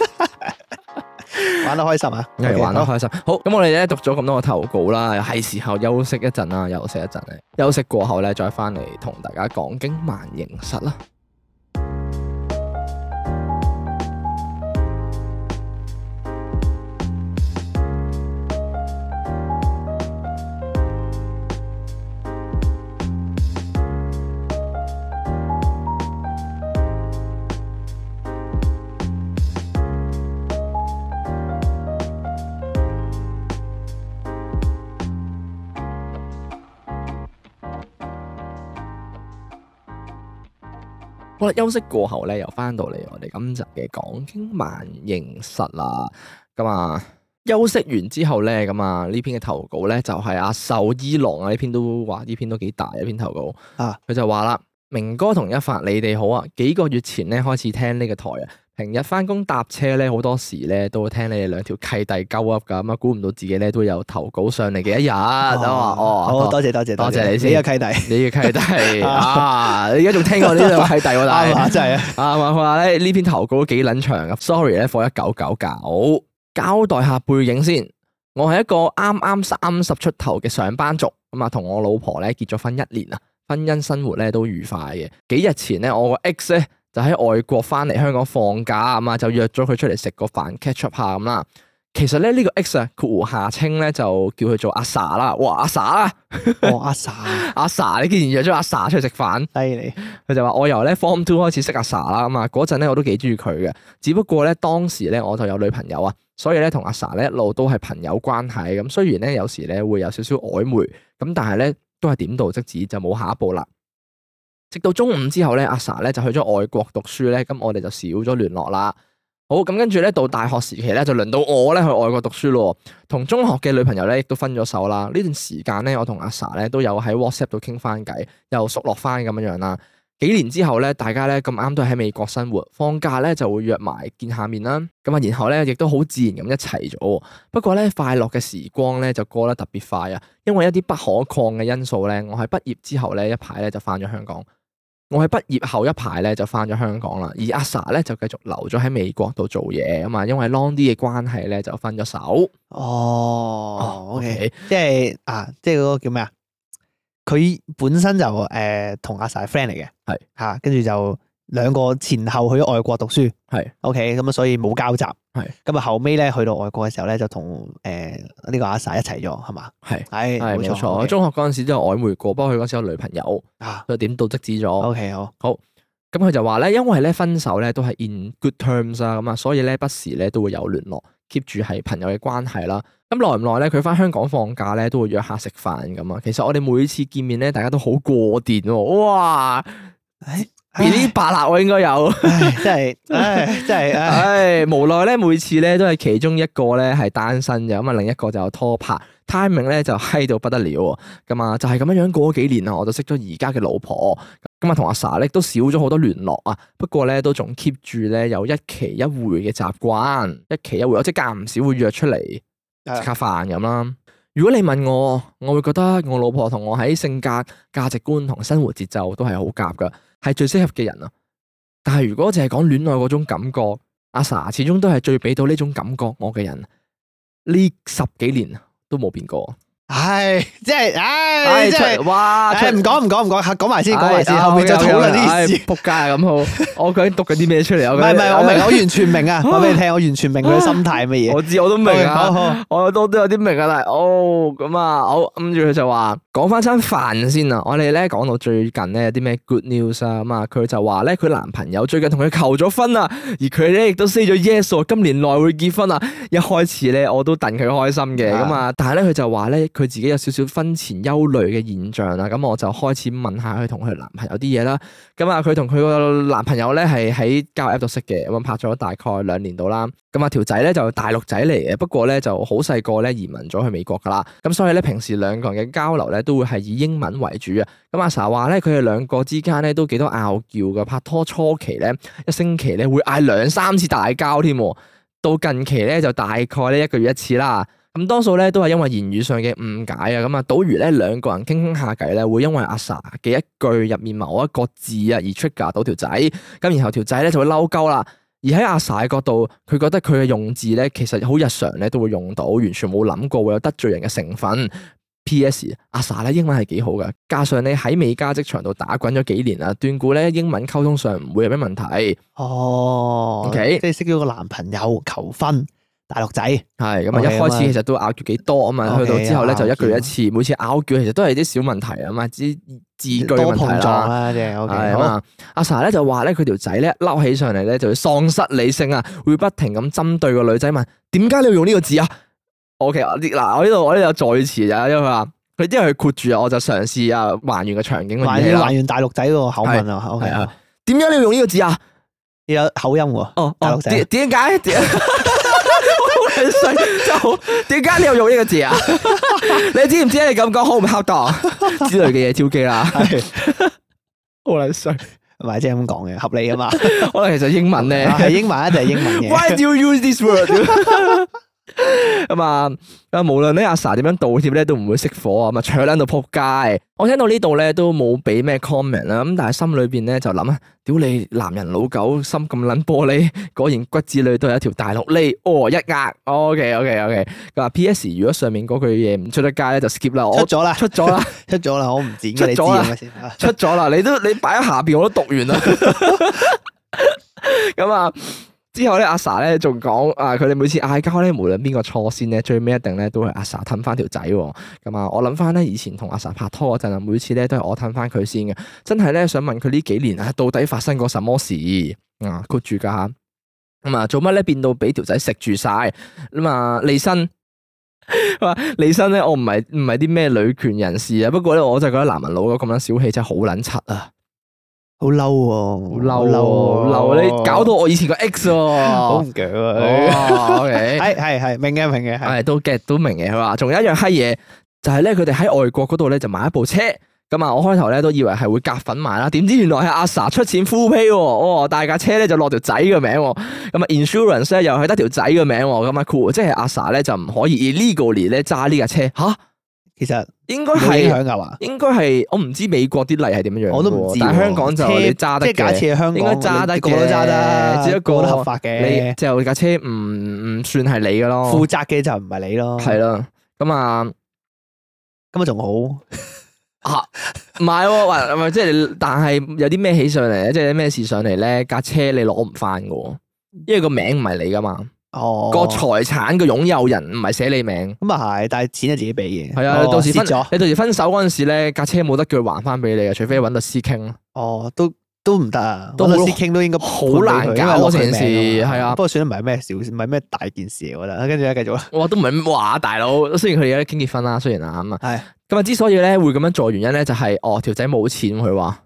[SPEAKER 1] 玩得開心啊！
[SPEAKER 2] 一齊
[SPEAKER 1] OK，
[SPEAKER 2] 玩得
[SPEAKER 1] 好
[SPEAKER 2] 開心。好，咁我哋咧讀咗咁多個投稿啦，係時候休息一陣啦，休息一陣咧，休息過後咧再翻嚟同大家講經萬形室啦。好啦，休息過後咧，又翻到嚟我哋今集嘅講經萬應室啦。咁啊，休息完之後咧，咁啊呢篇嘅投稿咧就係阿壽伊郎啊，呢篇都話呢篇都幾大一篇投稿
[SPEAKER 1] 啊。
[SPEAKER 2] 佢就話啦，明哥同一發你哋好啊，幾個月前咧開始聽呢個台啊。平日翻工搭車咧，好多時咧都會聽你哋兩條契弟鳩噏㗎，咁啊估唔到自己咧都有投稿上嚟嘅一日，啊 哦，
[SPEAKER 1] 好多謝多謝
[SPEAKER 2] 多謝你先
[SPEAKER 1] 呢個契弟，
[SPEAKER 2] 你嘅契弟啊，你而家仲聽過呢兩個契弟喎，但
[SPEAKER 1] 啱
[SPEAKER 2] 係
[SPEAKER 1] 啊，真係啊！
[SPEAKER 2] 啊，話佢話咧呢篇投稿都幾撚長噶，sorry 啊咧放一九九九，交代下背景先。我係一個啱啱三十出頭嘅上班族，咁啊同我老婆咧結咗婚一年啦，啊婚姻生活咧都愉快嘅。幾日前咧，我個 ex 咧就喺外國翻嚟香港放假，咁啊就約咗佢出嚟食個飯 catch up 下咁啦。其實咧呢個 ex 啊，括弧下稱咧就叫佢做阿 sa 啦，哇阿 sa 啦，
[SPEAKER 1] 哦，阿 sa，
[SPEAKER 2] 阿 sa 你竟然約咗阿 sa 出去食飯。
[SPEAKER 1] 犀利，
[SPEAKER 2] 佢就話我由咧 form two 開始識阿 sa 啦，咁啊嗰陣咧我都幾中意佢嘅，只不過咧當時咧我就有女朋友啊，所以咧同阿 sa 咧一路都係朋友啊關係咁，雖然咧有時咧會有少少曖昧，咁但係咧都係點到即止，就冇下一步啦。直到中午之後咧，阿 sa 咧就去咗外國讀書咧，咁我哋就少咗聯絡啦。好咁，跟住咧到大學時期咧，就輪到我咧去外國讀書咯。同中學嘅女朋友咧亦都分咗手啦。呢段時間咧，我同阿 sa 咧都有喺 WhatsApp 度傾翻偈，又熟落翻咁樣樣啦。幾年之後咧，大家咧咁啱都係喺美國生活，放假咧就會約埋見下面啦。咁啊，然後咧亦都好自然咁一齊咗。不過咧，快樂嘅時光咧就過得特別快啊，因為一啲不可抗嘅因素咧，我喺畢業之後咧一排咧就翻咗香港。我喺畢業後一排咧就翻咗香港啦，而阿 sa 咧就繼續留咗喺美國度做嘢啊嘛，因為 long 啲嘅關係咧就分咗手。
[SPEAKER 1] 哦，OK，即係啊，即係嗰個叫咩啊？佢本身就誒同阿 sa 係 friend 嚟嘅，
[SPEAKER 2] 係
[SPEAKER 1] 嚇，跟住就兩個前後去咗外國讀書，
[SPEAKER 2] 係
[SPEAKER 1] OK，咁啊，所以冇交集，
[SPEAKER 2] 係
[SPEAKER 1] 咁啊，後尾咧去到外國嘅時候咧，就同誒呢個阿 sa 一齊咗，係嘛？
[SPEAKER 2] 係
[SPEAKER 1] 係
[SPEAKER 2] 係冇錯，我
[SPEAKER 1] OK
[SPEAKER 2] 中學嗰陣時都有曖昧過，不過佢嗰時有女朋友，
[SPEAKER 1] 啊
[SPEAKER 2] 佢點到即止咗。
[SPEAKER 1] ，OK 好，
[SPEAKER 2] 咁佢就話咧，因為咧分手咧都係 in good terms 啦，咁啊，所以咧不時咧都會有聯絡，keep 住係朋友嘅關係啦。咁耐唔耐咧，佢翻香港放假咧都會約下食飯咁啊。其實我哋每次見面咧，大家都好過電喎，哇！
[SPEAKER 1] 唉
[SPEAKER 2] 呢啲白辣我應該有。
[SPEAKER 1] 唉真係，唉真係， 唉
[SPEAKER 2] 唉，無奈咧，每次咧都係其中一個咧係單身嘅，咁啊另一個就有拖拍，timing 咧就嗨到不得了喎，咁啊就係咁樣樣過咗幾年啊，我就識咗而家嘅老婆，咁啊同阿 sa 咧都少咗好多聯絡啊，不過咧都仲 keep 住咧有一期一會嘅習慣，一期一會，我即係間唔少會約出嚟食下飯咁啦。如果你問我，我會覺得我老婆同我喺性格、價值觀同生活節奏都係好夾噶，係最適合嘅人啊。但係如果淨係講戀愛嗰種感覺，阿 sa 始終都係最俾到呢種感覺我嘅人。呢十幾年都冇變過。
[SPEAKER 1] 唉，即係，唉
[SPEAKER 2] 唉，
[SPEAKER 1] 哎真係
[SPEAKER 2] 出。哇！
[SPEAKER 1] 唉，
[SPEAKER 2] 出
[SPEAKER 1] 唔講唔講唔講，講埋先，講
[SPEAKER 2] 唉
[SPEAKER 1] 埋先，
[SPEAKER 2] 啊
[SPEAKER 1] 後面再
[SPEAKER 2] 好嘅
[SPEAKER 1] 討論
[SPEAKER 2] 好嘅
[SPEAKER 1] 呢
[SPEAKER 2] 唉
[SPEAKER 1] 件事。
[SPEAKER 2] 仆街啊咁 好，我究竟讀緊啲咩出嚟？啊
[SPEAKER 1] 唔
[SPEAKER 2] 我
[SPEAKER 1] 係唔係，我明，
[SPEAKER 2] 明
[SPEAKER 1] 我完全 明啊！話俾你聽，我完全明佢嘅心態係乜嘢。
[SPEAKER 2] 我知我都明
[SPEAKER 1] 好
[SPEAKER 2] 啊。
[SPEAKER 1] 好好
[SPEAKER 2] 我都都有啲明啊，但係哦咁啊，好跟住佢就話講翻餐飯先啊。我哋咧講到最近咧有啲咩 good news 啊，咁啊佢就話咧佢男朋友最近同佢求咗婚啊，而佢咧亦都 say 咗 yes 喎，今年內會結婚啊。一開始咧我都戥佢開心嘅，咁啊，但係咧佢就話咧佢自己有少少婚前憂慮嘅現象啦，咁我就開始問下佢同佢男朋友啲嘢啦。咁啊，佢同佢個男朋友咧係喺交友 app 度識嘅，咁啊拍咗大概兩年到啦。咁啊條仔咧就大陸仔嚟嘅，不過咧就好細個咧移民咗去美國噶啦。咁所以咧平時兩個人嘅交流咧都會係以英文為主啊。咁阿 Sa 話咧佢哋兩個之間咧都幾多拗撬噶，拍拖初期咧一星期咧會嗌兩三次大交添喎。到近期咧就大概咧一個月一次啦。咁多數咧都係因為言語上嘅誤解啊，咁啊，賭魚咧兩個人傾傾下偈咧，會因為阿 Sa 嘅一句入面某一個字啊而 trigger 到條仔，咁然後條仔咧就會嬲鳩啦。而喺阿 Sa 嘅角度，佢覺得佢嘅用字咧其實好日常咧都會用到，完全冇諗過會有得罪人嘅成分。P.S. 阿 Sa 咧英文係幾好㗎，加上你喺美加職場度打滾咗幾年啦，斷估咧英文溝通上唔會有咩問題。
[SPEAKER 1] 哦
[SPEAKER 2] OK
[SPEAKER 1] 即係識咗個男朋友求婚，大陸仔。
[SPEAKER 2] 係咁啊！一
[SPEAKER 1] OK，
[SPEAKER 2] 開始其實都拗撬幾多啊嘛，
[SPEAKER 1] OK，
[SPEAKER 2] 去到之後咧
[SPEAKER 1] 拗
[SPEAKER 2] 就一個月
[SPEAKER 1] 撬
[SPEAKER 2] 一次，每次拗撬其實都係啲小問題啊嘛，啲字句
[SPEAKER 1] 多
[SPEAKER 2] 問題
[SPEAKER 1] 碰撞
[SPEAKER 2] 啦。
[SPEAKER 1] 啦，即係 OK
[SPEAKER 2] 係
[SPEAKER 1] 好
[SPEAKER 2] 嘛？阿 Sa 咧就話咧，佢條仔咧嬲起上嚟咧，就會喪失理性啊，會不停咁針對個女仔問：點解你要用呢個字啊？OK，我呢嗱，我呢度我呢度有助詞啊，因為佢話佢因為佢括住啊，我就嘗試啊還原個場景嘅
[SPEAKER 1] 還
[SPEAKER 2] 嘢
[SPEAKER 1] 原
[SPEAKER 2] 啦
[SPEAKER 1] 還。原大陸仔個口吻啊，OK，
[SPEAKER 2] 係啊點解你要用呢個字啊？
[SPEAKER 1] 有口音 喎，
[SPEAKER 2] 哦，
[SPEAKER 1] 大
[SPEAKER 2] 哦
[SPEAKER 1] 陸仔
[SPEAKER 2] 點點解？點好撚衰真係好點解你又用呢個字 啊？你知唔知你咁講好唔恰當之類嘅嘢挑機啦？好撚衰，
[SPEAKER 1] 唔係即係咁講嘅，合理啊 嘛。
[SPEAKER 2] 可能其實英文 咧。
[SPEAKER 1] 係英文一定係英文
[SPEAKER 2] Why
[SPEAKER 1] 嘅。
[SPEAKER 2] do you use this word？咁啊，咁啊無論咧阿 Sa 點樣道歉咧，都唔會熄火啊，咁啊搶撚到撲街。我聽到呢度咧都冇俾咩 comment 啦，咁但係心裏邊咧就諗啊，屌你男人老狗心咁撚玻璃，果然骨子裏都係一條大陸呢。哦一壓，OK OK OK。佢話 PS 如果上面嗰句嘢唔出得街咧，就 skip 啦，我
[SPEAKER 1] 出咗啦，
[SPEAKER 2] 出咗啦，
[SPEAKER 1] 出咗啦，我唔剪
[SPEAKER 2] 出
[SPEAKER 1] 嘅，你知
[SPEAKER 2] 咗啦
[SPEAKER 1] 嘅先。啊
[SPEAKER 2] 出咗啦，你都你擺喺下邊，我都讀完啦。 咁啊，之後咧，阿 Sa 咧仲講啊，佢哋每次嗌交咧，無論邊個錯先咧，最尾一定咧都係阿 Sa 氹翻條仔喎。咁啊，我諗翻咧以前同阿 Sa 拍拖嗰陣啊，每次咧都係我氹翻佢先嘅，真係咧想問佢呢幾年啊，到底發生過什麼事啊？括住噶吓。咁啊，做乜咧變到俾條仔食住晒咁啊？利申話利申咧，我唔係唔係啲咩女權人士啊，不過咧我就覺得男人老咗咁撚小氣真係好撚柒啊，
[SPEAKER 1] 好嬲喎，
[SPEAKER 2] 好嬲啊喎，好嬲啊！你搞到我以前個 X
[SPEAKER 1] 好
[SPEAKER 2] 喎，
[SPEAKER 1] 唔強啊！
[SPEAKER 2] 哦，OK，
[SPEAKER 1] 係係係，明嘅明嘅係。
[SPEAKER 2] 係都 get 都明嘅。佢話仲有一樣閪嘢，就係咧佢哋喺外國嗰度咧就買一部車。咁啊，我開頭咧都以為係會夾份買啦，點知原來係阿 Sa 出錢 full pay 喎，哦，但係架車咧就落條仔嘅名喎，咁啊 insurance 咧又係得條仔嘅名喎，咁啊 cool，即係阿 Sa 咧就唔可以 illegally 咧揸呢架車，吓、
[SPEAKER 1] 其實
[SPEAKER 2] 應該
[SPEAKER 1] 冇影
[SPEAKER 2] 係
[SPEAKER 1] 響㗎嘛，
[SPEAKER 2] 應該係我唔知美國啲例係點樣樣喎，
[SPEAKER 1] 我都唔知喎。
[SPEAKER 2] 但係香港就
[SPEAKER 1] 車
[SPEAKER 2] 你揸得
[SPEAKER 1] 即係假
[SPEAKER 2] 嘅。
[SPEAKER 1] 設香港
[SPEAKER 2] 應該揸得嘅
[SPEAKER 1] 個個都揸得，
[SPEAKER 2] 只不過
[SPEAKER 1] 個個都合法
[SPEAKER 2] 你哦
[SPEAKER 1] 嘅。
[SPEAKER 2] 就架車唔唔算係你嘅咯
[SPEAKER 1] 負，責嘅就唔係你咯。
[SPEAKER 2] 係啦，咁啊。
[SPEAKER 1] 咁啊仲好。
[SPEAKER 2] 啊，唔係喎，喂，喂即係你，但係有啲咩起上嚟咧，即係有啲咩事上嚟咧，架車你攞唔翻嘅喎，因為個名唔係你噶嘛，
[SPEAKER 1] 哦，
[SPEAKER 2] 個財產嘅擁有人唔係寫你名，
[SPEAKER 1] 咁啊係，但係錢係自己俾嘅。
[SPEAKER 2] 係啊，你
[SPEAKER 1] 哦
[SPEAKER 2] 到時
[SPEAKER 1] 蝕
[SPEAKER 2] 分
[SPEAKER 1] 咗。
[SPEAKER 2] 你到時分手嗰陣時咧，架車冇得叫佢還翻俾你嘅，除非揾律師傾咯。
[SPEAKER 1] 哦，都都唔得啊，
[SPEAKER 2] 都
[SPEAKER 1] 律
[SPEAKER 2] 好
[SPEAKER 1] 師傾都應該
[SPEAKER 2] 好難搞啊成件事係啊
[SPEAKER 1] 不過算啦，唔係咩小，唔係咩大件事，我覺得。跟住咧，繼續啦，
[SPEAKER 2] 我都唔係話大佬，雖然佢哋而家傾結婚啦，雖然啊咁啊，
[SPEAKER 1] 係
[SPEAKER 2] 咁啊之所以咧會咁樣做，原因咧就係、哦條仔冇錢，佢話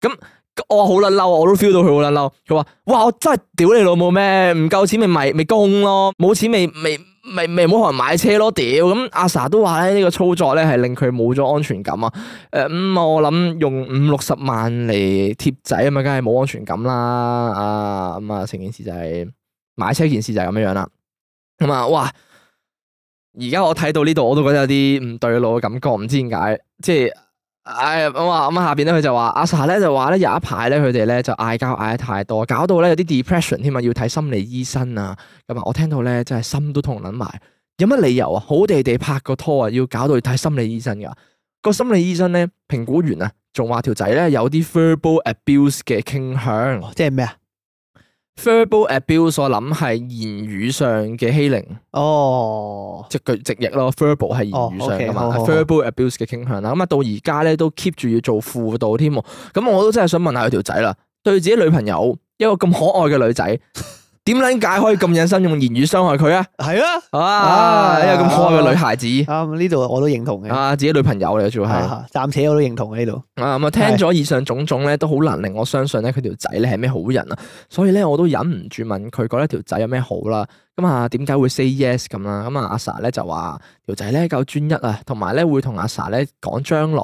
[SPEAKER 2] 咁。哦我好撚嬲，啊我都 feel 到佢好撚嬲。佢話：哇，我真係屌你老母咩？唔夠錢咪咪咪供咯，冇錢咪咪咪咪冇可能買車咯，屌！咁阿 sa 都話咧，呢個操作咧係令佢冇咗安全感啊。誒、咁我諗用五六十萬嚟貼仔啊嘛，梗係冇安全感啦。啊咁啊，成件事就係、買車件事就係咁樣樣啦。咁啊，哇！而家我睇到呢度，我都覺得有啲唔對路嘅感覺，唔知點解，即係。唉，咁啊，咁啊下邊咧，佢就話阿 Sa 咧就話咧有一排咧，佢哋咧就嗌交嗌得太多，搞到咧有啲 depression 添啊，要睇心理醫生啊。咁啊，我聽到咧真係心都痛撚埋。有乜理由啊？好地地拍個拖啊，要搞到去睇心理醫生噶？個心理醫生咧評估完啊，仲話條仔咧有啲 verbal abuse 嘅傾向。
[SPEAKER 1] 哦即係咩啊？
[SPEAKER 2] verbal abuse 我諗係言語上嘅欺凌。
[SPEAKER 1] 哦，
[SPEAKER 2] 即係佢直譯咯，verbal 係言語上噶嘛啊
[SPEAKER 1] 哦，OK，好好
[SPEAKER 2] ，verbal abuse 嘅傾向啦。咁啊，到而家咧都 keep 住要做輔導添喎。咁我都真係想問下佢條仔啦，對自己女朋友一個咁可愛嘅女仔， 點撚解可以咁忍心用言語傷害佢啊？
[SPEAKER 1] 係啊，
[SPEAKER 2] 啊，
[SPEAKER 1] 啊
[SPEAKER 2] 一個咁可愛嘅女孩子
[SPEAKER 1] 啱呢度我都認同嘅，
[SPEAKER 2] 啊，自己女朋友嚟嘅，主要係啊
[SPEAKER 1] 啊暫且我都認同嘅呢度，
[SPEAKER 2] 咁啊，聽咗以上種種咧，都好難令我相信咧佢條仔咧係咩好人啊，所以咧我都忍唔住問佢覺得條仔有咩好啦。咁啊，點解會 say yes 咁啦？咁啊，阿 sa 咧就話條仔咧夠專一啊，同埋咧會同阿 sa 咧講將來。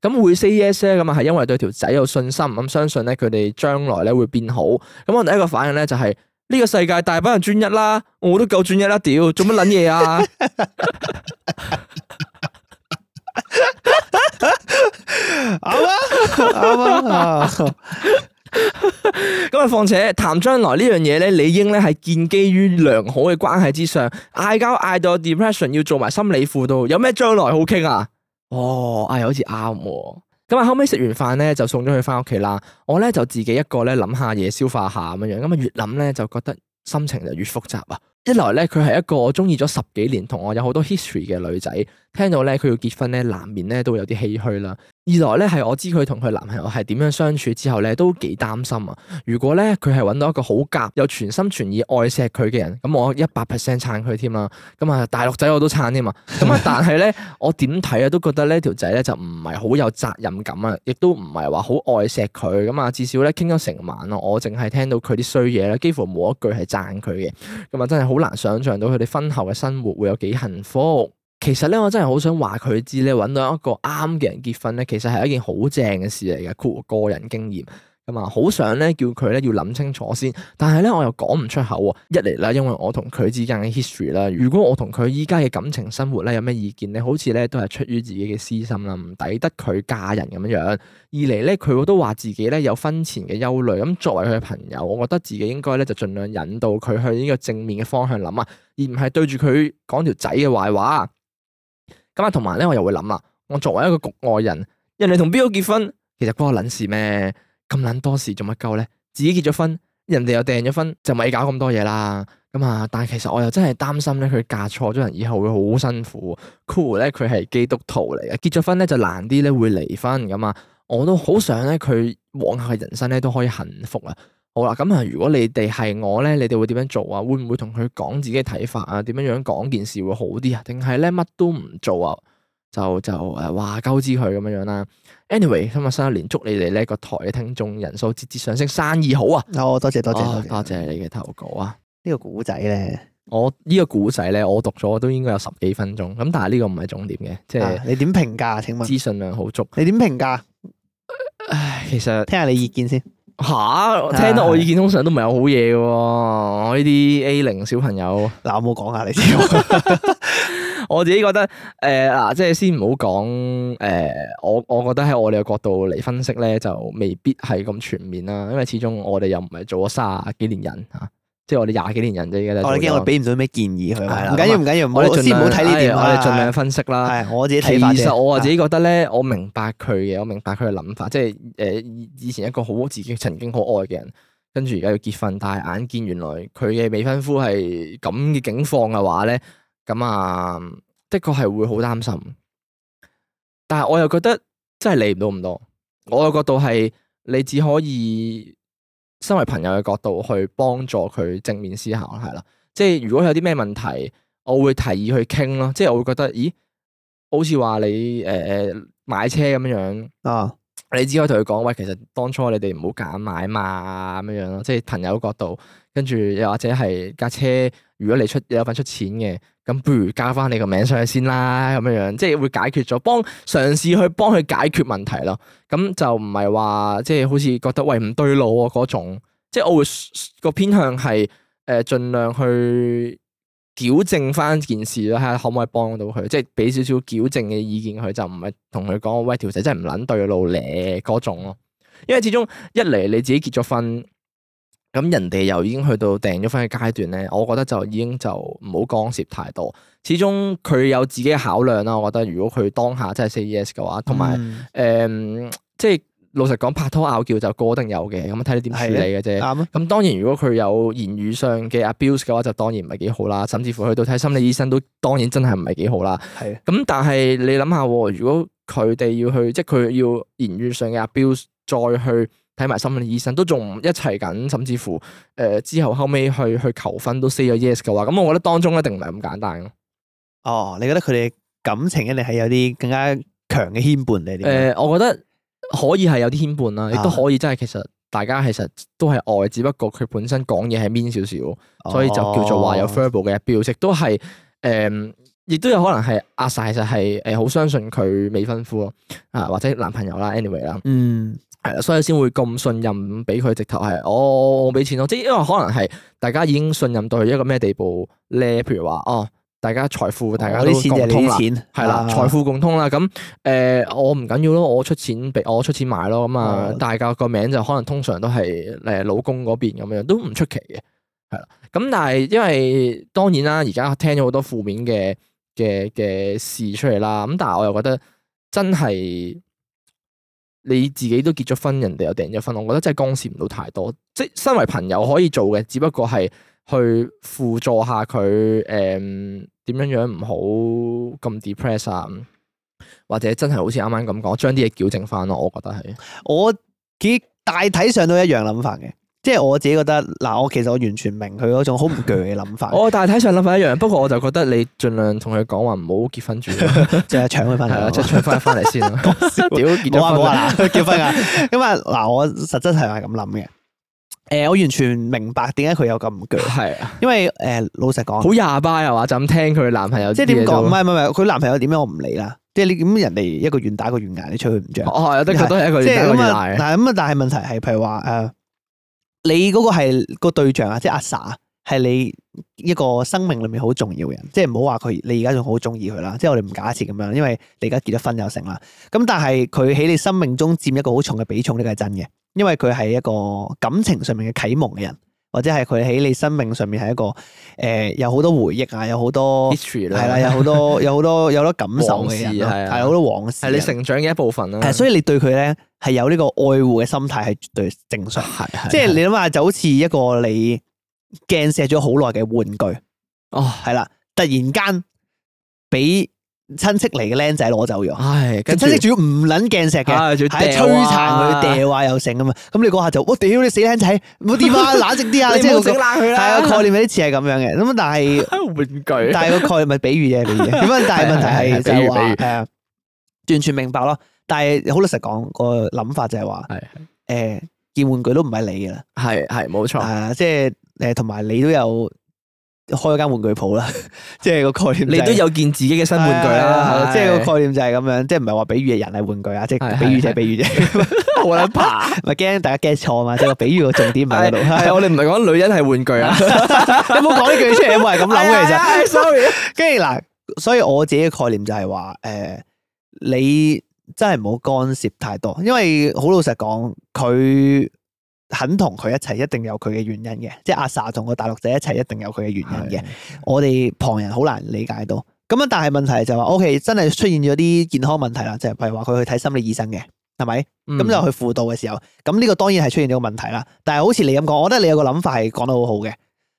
[SPEAKER 2] 咁會 say yes 咧，咁啊係因為對條仔有信心，咁相信咧佢哋將來咧會變好。咁我第一個反應咧就係、呢個世界大把人專一啦，我都夠專一啦，屌做乜撚嘢啊？
[SPEAKER 1] 啊啱啊，
[SPEAKER 2] 咁啊，況且談將來呢樣嘢咧，理應咧係建基於良好嘅關係之上。嗌交嗌到 depression，要做埋心理輔導，有咩將來好傾啊？哦，哎呀，好似啱喎。咁啊，後尾食完飯咧，就送咗佢翻屋企啦。我咧就自己一個咧諗下嘢，消化下咁樣樣。咁啊，越諗咧就覺得心情就越複雜啊。一來咧，佢係一個我中意咗十幾年，同我有好多 history 嘅女仔，聽到咧佢要結婚咧，難免咧都會有啲唏噓啦。二來咧係我知佢同佢男朋友係點樣相處之後咧，都幾擔心啊。如果咧佢係揾到一個好夾又全心全意愛錫佢嘅人，咁我一百 percent 撐佢添啦。咁啊，大陸仔我都撐添啊。咁啊，但係咧， 我點睇啊，都覺得呢條仔咧就唔係好有責任感啊，亦都唔係話好愛錫佢。咁啊，至少咧傾咗成晚咯，我淨係聽到佢啲衰嘢咧，幾乎冇一句係讚佢嘅。咁啊，真係好難想像到佢哋婚後嘅生活會有幾幸福。其實咧，我真係好想話佢知咧，揾到一個啱嘅人結婚咧，其實係一件好正嘅事嚟嘅，括弧個人經驗。咁啊，好想咧叫佢咧要諗清楚先，但係咧我又講唔出口喎。一嚟啦，因為我同佢之間嘅 history 啦，如果我同佢依家嘅感情生活咧有咩意見咧，好似咧都係出於自己嘅私心啦，唔抵得佢嫁人咁樣樣。二嚟咧，佢都話自己咧有婚前嘅憂慮，咁作為佢嘅朋友，我覺得自己應該咧就盡量引導佢向呢個正面嘅方向諗啊，而唔係對住佢講條仔嘅壞話。咁啊，同埋咧我又會諗啦，我作為一個局外人，人哋同邊個結婚，其實關我撚事咩？咁撚多事做乜鳩咧？自己結咗婚，人哋又訂咗婚，就咪搞咁多嘢啦。咁啊，但係其實我又真係擔心咧，佢嫁錯咗人以後會好辛苦。Cool 咧，佢係基督徒嚟嘅，結咗婚咧就難啲咧會離婚咁啊。我都好想咧，佢往後嘅人生咧都可以幸福啊。好啦，咁啊，如果你哋係我咧，你哋會點樣做啊？會唔會同佢講自己嘅睇法啊？點樣樣講件事會好啲啊？定係咧乜都唔做啊？就就誒話鳩知佢咁樣樣啦。anyway，今日新一年祝你哋呢個台嘅聽眾人數節節上升，生意好啊！
[SPEAKER 1] 好多謝多謝
[SPEAKER 2] 哦
[SPEAKER 1] 多謝
[SPEAKER 2] 多謝你嘅投稿啊！
[SPEAKER 1] 呢個古仔咧，
[SPEAKER 2] 我呢個古仔咧，我讀咗都應該有十幾分鐘，咁但係呢個唔係重點嘅，即
[SPEAKER 1] 啊
[SPEAKER 2] 係
[SPEAKER 1] 你點評價？請問
[SPEAKER 2] 資訊量好足。
[SPEAKER 1] 你點評價？
[SPEAKER 2] 唉，其實
[SPEAKER 1] 聽下你意見先。啊
[SPEAKER 2] 吓聽到我意見通常都唔係有好嘢嘅喎，我呢啲 A 零小朋友。
[SPEAKER 1] 嗱，我冇講啊 下你先。係
[SPEAKER 2] 我自己覺得誒嗱、即係先唔好講誒，我我覺得喺我哋嘅角度嚟分析咧，就未必係咁全面啦，因為始終我哋又唔係做咗卅幾年人嚇、即係我哋廿幾年人啫，而家 都
[SPEAKER 1] 我哋
[SPEAKER 2] 做咗
[SPEAKER 1] 哦驚我俾唔到咩建議佢。啊
[SPEAKER 2] 係啦啊
[SPEAKER 1] 唔緊要，唔緊要，
[SPEAKER 2] 我哋
[SPEAKER 1] 我
[SPEAKER 2] 盡
[SPEAKER 1] 先
[SPEAKER 2] 量哎
[SPEAKER 1] 唔好睇呢點。
[SPEAKER 2] 係我哋盡量
[SPEAKER 1] 係
[SPEAKER 2] 分析啦。
[SPEAKER 1] 係我自己
[SPEAKER 2] 其
[SPEAKER 1] 睇法啫
[SPEAKER 2] 實我自
[SPEAKER 1] 啊
[SPEAKER 2] 己覺得咧，我明白佢嘅，我明白佢嘅諗法，即係誒以前一個好自己曾經好愛嘅人，跟住而家要結婚，但係眼見原來佢嘅未婚夫係咁嘅境況嘅話咧，咁啊，的確係會好擔心。但係我又覺得真係理唔到咁多，我嘅角度係你只可以身為朋友嘅角度去幫助佢正面思考係啦。即係如果有啲咩問題，我會提議去傾咯。即係我會覺得，咦，好似話你誒、呃、買車咁樣樣，
[SPEAKER 1] 啊
[SPEAKER 2] 你只可以同佢講，喂，其實當初你哋唔好揀買嘛咁樣樣咯。即係朋友角度，跟住又或者係架車，如果你出有份出錢嘅，咁不如加翻你個名上去先啦，咁樣樣，即係會解決咗，幫嘗試去幫佢解決問題咯。咁就唔係話即係好似覺得喂唔對路喎嗰種，即係我會 s- s- 個偏向係誒、呃、盡量去矯正翻件事咯，睇下可唔可以幫到佢，即係俾少少矯正嘅意見佢，就唔係同佢講喂條仔真係唔撚對路咧嗰種咯。因為始終一嚟你自己結咗婚，咁人哋又已經去到訂咗婚嘅階段咧，我覺得就已經就唔好干涉太多。始終佢有自己嘅考量啦。我覺得如果佢當下真係 say yes 嘅話，同埋。
[SPEAKER 1] 嗯
[SPEAKER 2] 誒、即係老實講，拍拖拗撬就個定有嘅，咁啊睇你點處理嘅啫。
[SPEAKER 1] 啱啊，
[SPEAKER 2] 咁當然，如果佢有言語上嘅 abuse 嘅話，就當然唔係幾好啦。甚至乎去到睇心理醫生都當然真係唔係幾好啦。
[SPEAKER 1] 係
[SPEAKER 2] 咁但係你諗下喎，如果佢哋要去，即係佢要言語上嘅 abuse，再去睇埋心理醫生，都仲一齊緊，甚至乎誒、呃之後後尾去去求婚都 say 咗 yes 嘅話，咁我覺得當中一定唔係咁簡單咯。
[SPEAKER 1] 哦，你覺得佢哋感情一定係有啲更加強嘅牽絆你
[SPEAKER 2] 誒、
[SPEAKER 1] 哋？
[SPEAKER 2] 我覺得可以係有啲牽絆啦，亦都
[SPEAKER 1] 啊
[SPEAKER 2] 可以真係其實大家其實都係愛，只不過佢本身講嘢係 mean 少少。所以就叫做話有
[SPEAKER 1] 哦
[SPEAKER 2] verbal 嘅標，亦都係誒，亦都有可能係阿 sa 其實係誒好相信佢未婚夫咯，啊或者男朋友啦，anyway 啦，
[SPEAKER 1] 嗯，
[SPEAKER 2] 係啦，所以先會咁信任俾佢，直頭係哦我我俾錢咯，即係因為可能係大家已經信任到去一個咩地步咧，譬如話哦，大家財富大家
[SPEAKER 1] 我
[SPEAKER 2] 都
[SPEAKER 1] 哦啲錢就
[SPEAKER 2] 共
[SPEAKER 1] 係
[SPEAKER 2] 通
[SPEAKER 1] 你
[SPEAKER 2] 啦
[SPEAKER 1] 啲。錢，
[SPEAKER 2] 係啦，
[SPEAKER 1] 啊
[SPEAKER 2] 財富共通啦，咁誒、呃我唔緊要咯，我出錢俾我出錢買咯，咁啊
[SPEAKER 1] 哦，
[SPEAKER 2] 大家個名就可能通常都係誒老公嗰邊咁樣，都唔出奇嘅，係啦。咁但係因為當然啦，而家聽咗好多負面嘅嘅嘅事出嚟啦，咁但係我又覺得真係你自己都結咗婚，人哋又訂咗婚，我覺得真係干涉唔到太多。即係身為朋友可以做嘅，只不過係去輔助下佢誒點樣樣唔好咁 depress 啊，或者真係好似啱啱咁講，將啲嘢矯正翻咯。我覺得係
[SPEAKER 1] 我幾大體上都一樣諗法嘅，即係我自己覺得嗱，我其實我完全明佢嗰種好唔鋸嘅諗法，
[SPEAKER 2] 我大體上諗法一樣，不過我就覺得你盡量同佢講話唔好結婚住，係
[SPEAKER 1] 就係搶佢翻
[SPEAKER 2] 啦，
[SPEAKER 1] 嚟
[SPEAKER 2] 即係
[SPEAKER 1] 咯。
[SPEAKER 2] 搶翻翻嚟先 啦。屌結
[SPEAKER 1] 冇
[SPEAKER 2] 咗
[SPEAKER 1] 啊冇
[SPEAKER 2] 婚啦，
[SPEAKER 1] 啊嗱， 結婚啊！咁啊嗱，我實質係係咁諗嘅。誒，我完全明白點解佢有咁唔鋸，
[SPEAKER 2] 係嗯啊哦
[SPEAKER 1] 因為誒老實講
[SPEAKER 2] 好。廿巴又話就咁聽佢男朋友啲嘢
[SPEAKER 1] 即
[SPEAKER 2] 就，
[SPEAKER 1] 係點講？唔係唔係唔係，佢男朋友點樣我唔理啦。即係你咁人哋一個願打一個願挨，你吹佢唔着。
[SPEAKER 2] 哦，我都覺得係一個
[SPEAKER 1] 即係
[SPEAKER 2] 大
[SPEAKER 1] 咁
[SPEAKER 2] 嘅
[SPEAKER 1] 啊！
[SPEAKER 2] 大。
[SPEAKER 1] 但係咁啊，但係問題係譬如話誒、呃你嗰個係個對象啊，即係阿 sa 係你一個生命裏面好重要嘅人。即係唔好話佢你而家仲好中意佢啦。即係我哋唔假設咁樣，因為你而家結咗婚又成啦。咁但係佢喺你生命中佔一個好重嘅比重，呢個係真嘅，因為佢係一個感情上面嘅啟蒙嘅人。或者係佢喺你生命上面係一個誒、呃有好多回憶啊，有好多
[SPEAKER 2] history 啦，
[SPEAKER 1] 係啦，有好多有好多有好多感受嘅人
[SPEAKER 2] 往
[SPEAKER 1] 咯，
[SPEAKER 2] 事係啊
[SPEAKER 1] 係好多往事
[SPEAKER 2] 係
[SPEAKER 1] 嘅
[SPEAKER 2] 你
[SPEAKER 1] 人。
[SPEAKER 2] 成長嘅一部分啦。
[SPEAKER 1] 係，所以你對佢咧係有呢個愛護嘅心態係絕對正常。
[SPEAKER 2] 係係
[SPEAKER 1] 即係你諗下，就好似一個你鏡射咗好耐嘅玩具，
[SPEAKER 2] 哦，
[SPEAKER 1] 係啦，突然間俾親戚嚟嘅僆仔攞走咗，
[SPEAKER 2] 唉，啊跟住啊
[SPEAKER 1] 親戚仲要唔撚鏡石嘅。
[SPEAKER 2] 唉，仲要
[SPEAKER 1] 係摧殘佢、
[SPEAKER 2] 掉
[SPEAKER 1] 掉啊又剩咁嘛，咁你嗰下就，我屌你死僆仔，冇掂 啊，冷靜啲
[SPEAKER 2] 啊，
[SPEAKER 1] 啊，
[SPEAKER 2] 你
[SPEAKER 1] 即
[SPEAKER 2] 唔好
[SPEAKER 1] 係
[SPEAKER 2] 整
[SPEAKER 1] 個
[SPEAKER 2] 爛佢啦。
[SPEAKER 1] 係個概念有啲似係咁樣嘅，咁但係
[SPEAKER 2] 玩
[SPEAKER 1] 但
[SPEAKER 2] 具，
[SPEAKER 1] 係個概念咪比喻啫，比喻 啫。咁啊，但係問題係就係
[SPEAKER 2] 比喻
[SPEAKER 1] 話
[SPEAKER 2] 比喻
[SPEAKER 1] 誒，完全明白咯。但係好老實講，個諗法就係話
[SPEAKER 2] 係哦
[SPEAKER 1] 誒，件玩具都唔係你嘅啦，
[SPEAKER 2] 係係冇錯。
[SPEAKER 1] 啊，即係誒，同埋你都有開間玩具鋪啦， 即係個概念就
[SPEAKER 2] 你
[SPEAKER 1] 係。
[SPEAKER 2] 都有件自己嘅新玩具
[SPEAKER 1] 係
[SPEAKER 2] 啦
[SPEAKER 1] 啊，即係
[SPEAKER 2] 係
[SPEAKER 1] 個概念就係咁樣，即係唔係話比喻嘅人係玩具啊，即
[SPEAKER 2] 係
[SPEAKER 1] 係比喻就
[SPEAKER 2] 係
[SPEAKER 1] 係比喻啫，
[SPEAKER 2] 我諗爬。
[SPEAKER 1] 咪驚大家 get 錯嘛，即係個比喻個重點唔喺嗰度。
[SPEAKER 2] 係我哋唔係講女人係玩具啊，
[SPEAKER 1] 你冇講呢句出嚟，我係咁諗嘅其實。
[SPEAKER 2] 實。sorry，
[SPEAKER 1] 跟住嗱，所以我自己嘅概念就係話，诶、你真係唔好干涉太多，因為好老實講，佢肯同佢一齊，一定有佢嘅原因嘅，即係阿 sa 同個大陸仔一齊，一定有佢嘅原因嘅。我哋旁人好難理解到。咁啊，但係問題就係話，O K，真係出現咗啲健康問題啦，就係譬如話佢去睇心理醫生嘅，係咪？咁
[SPEAKER 2] 咁
[SPEAKER 1] 就去輔導嘅時候，咁呢個當然係出現咗個問題啦。但係好似你咁講，我覺得你有個諗法係講得好好嘅，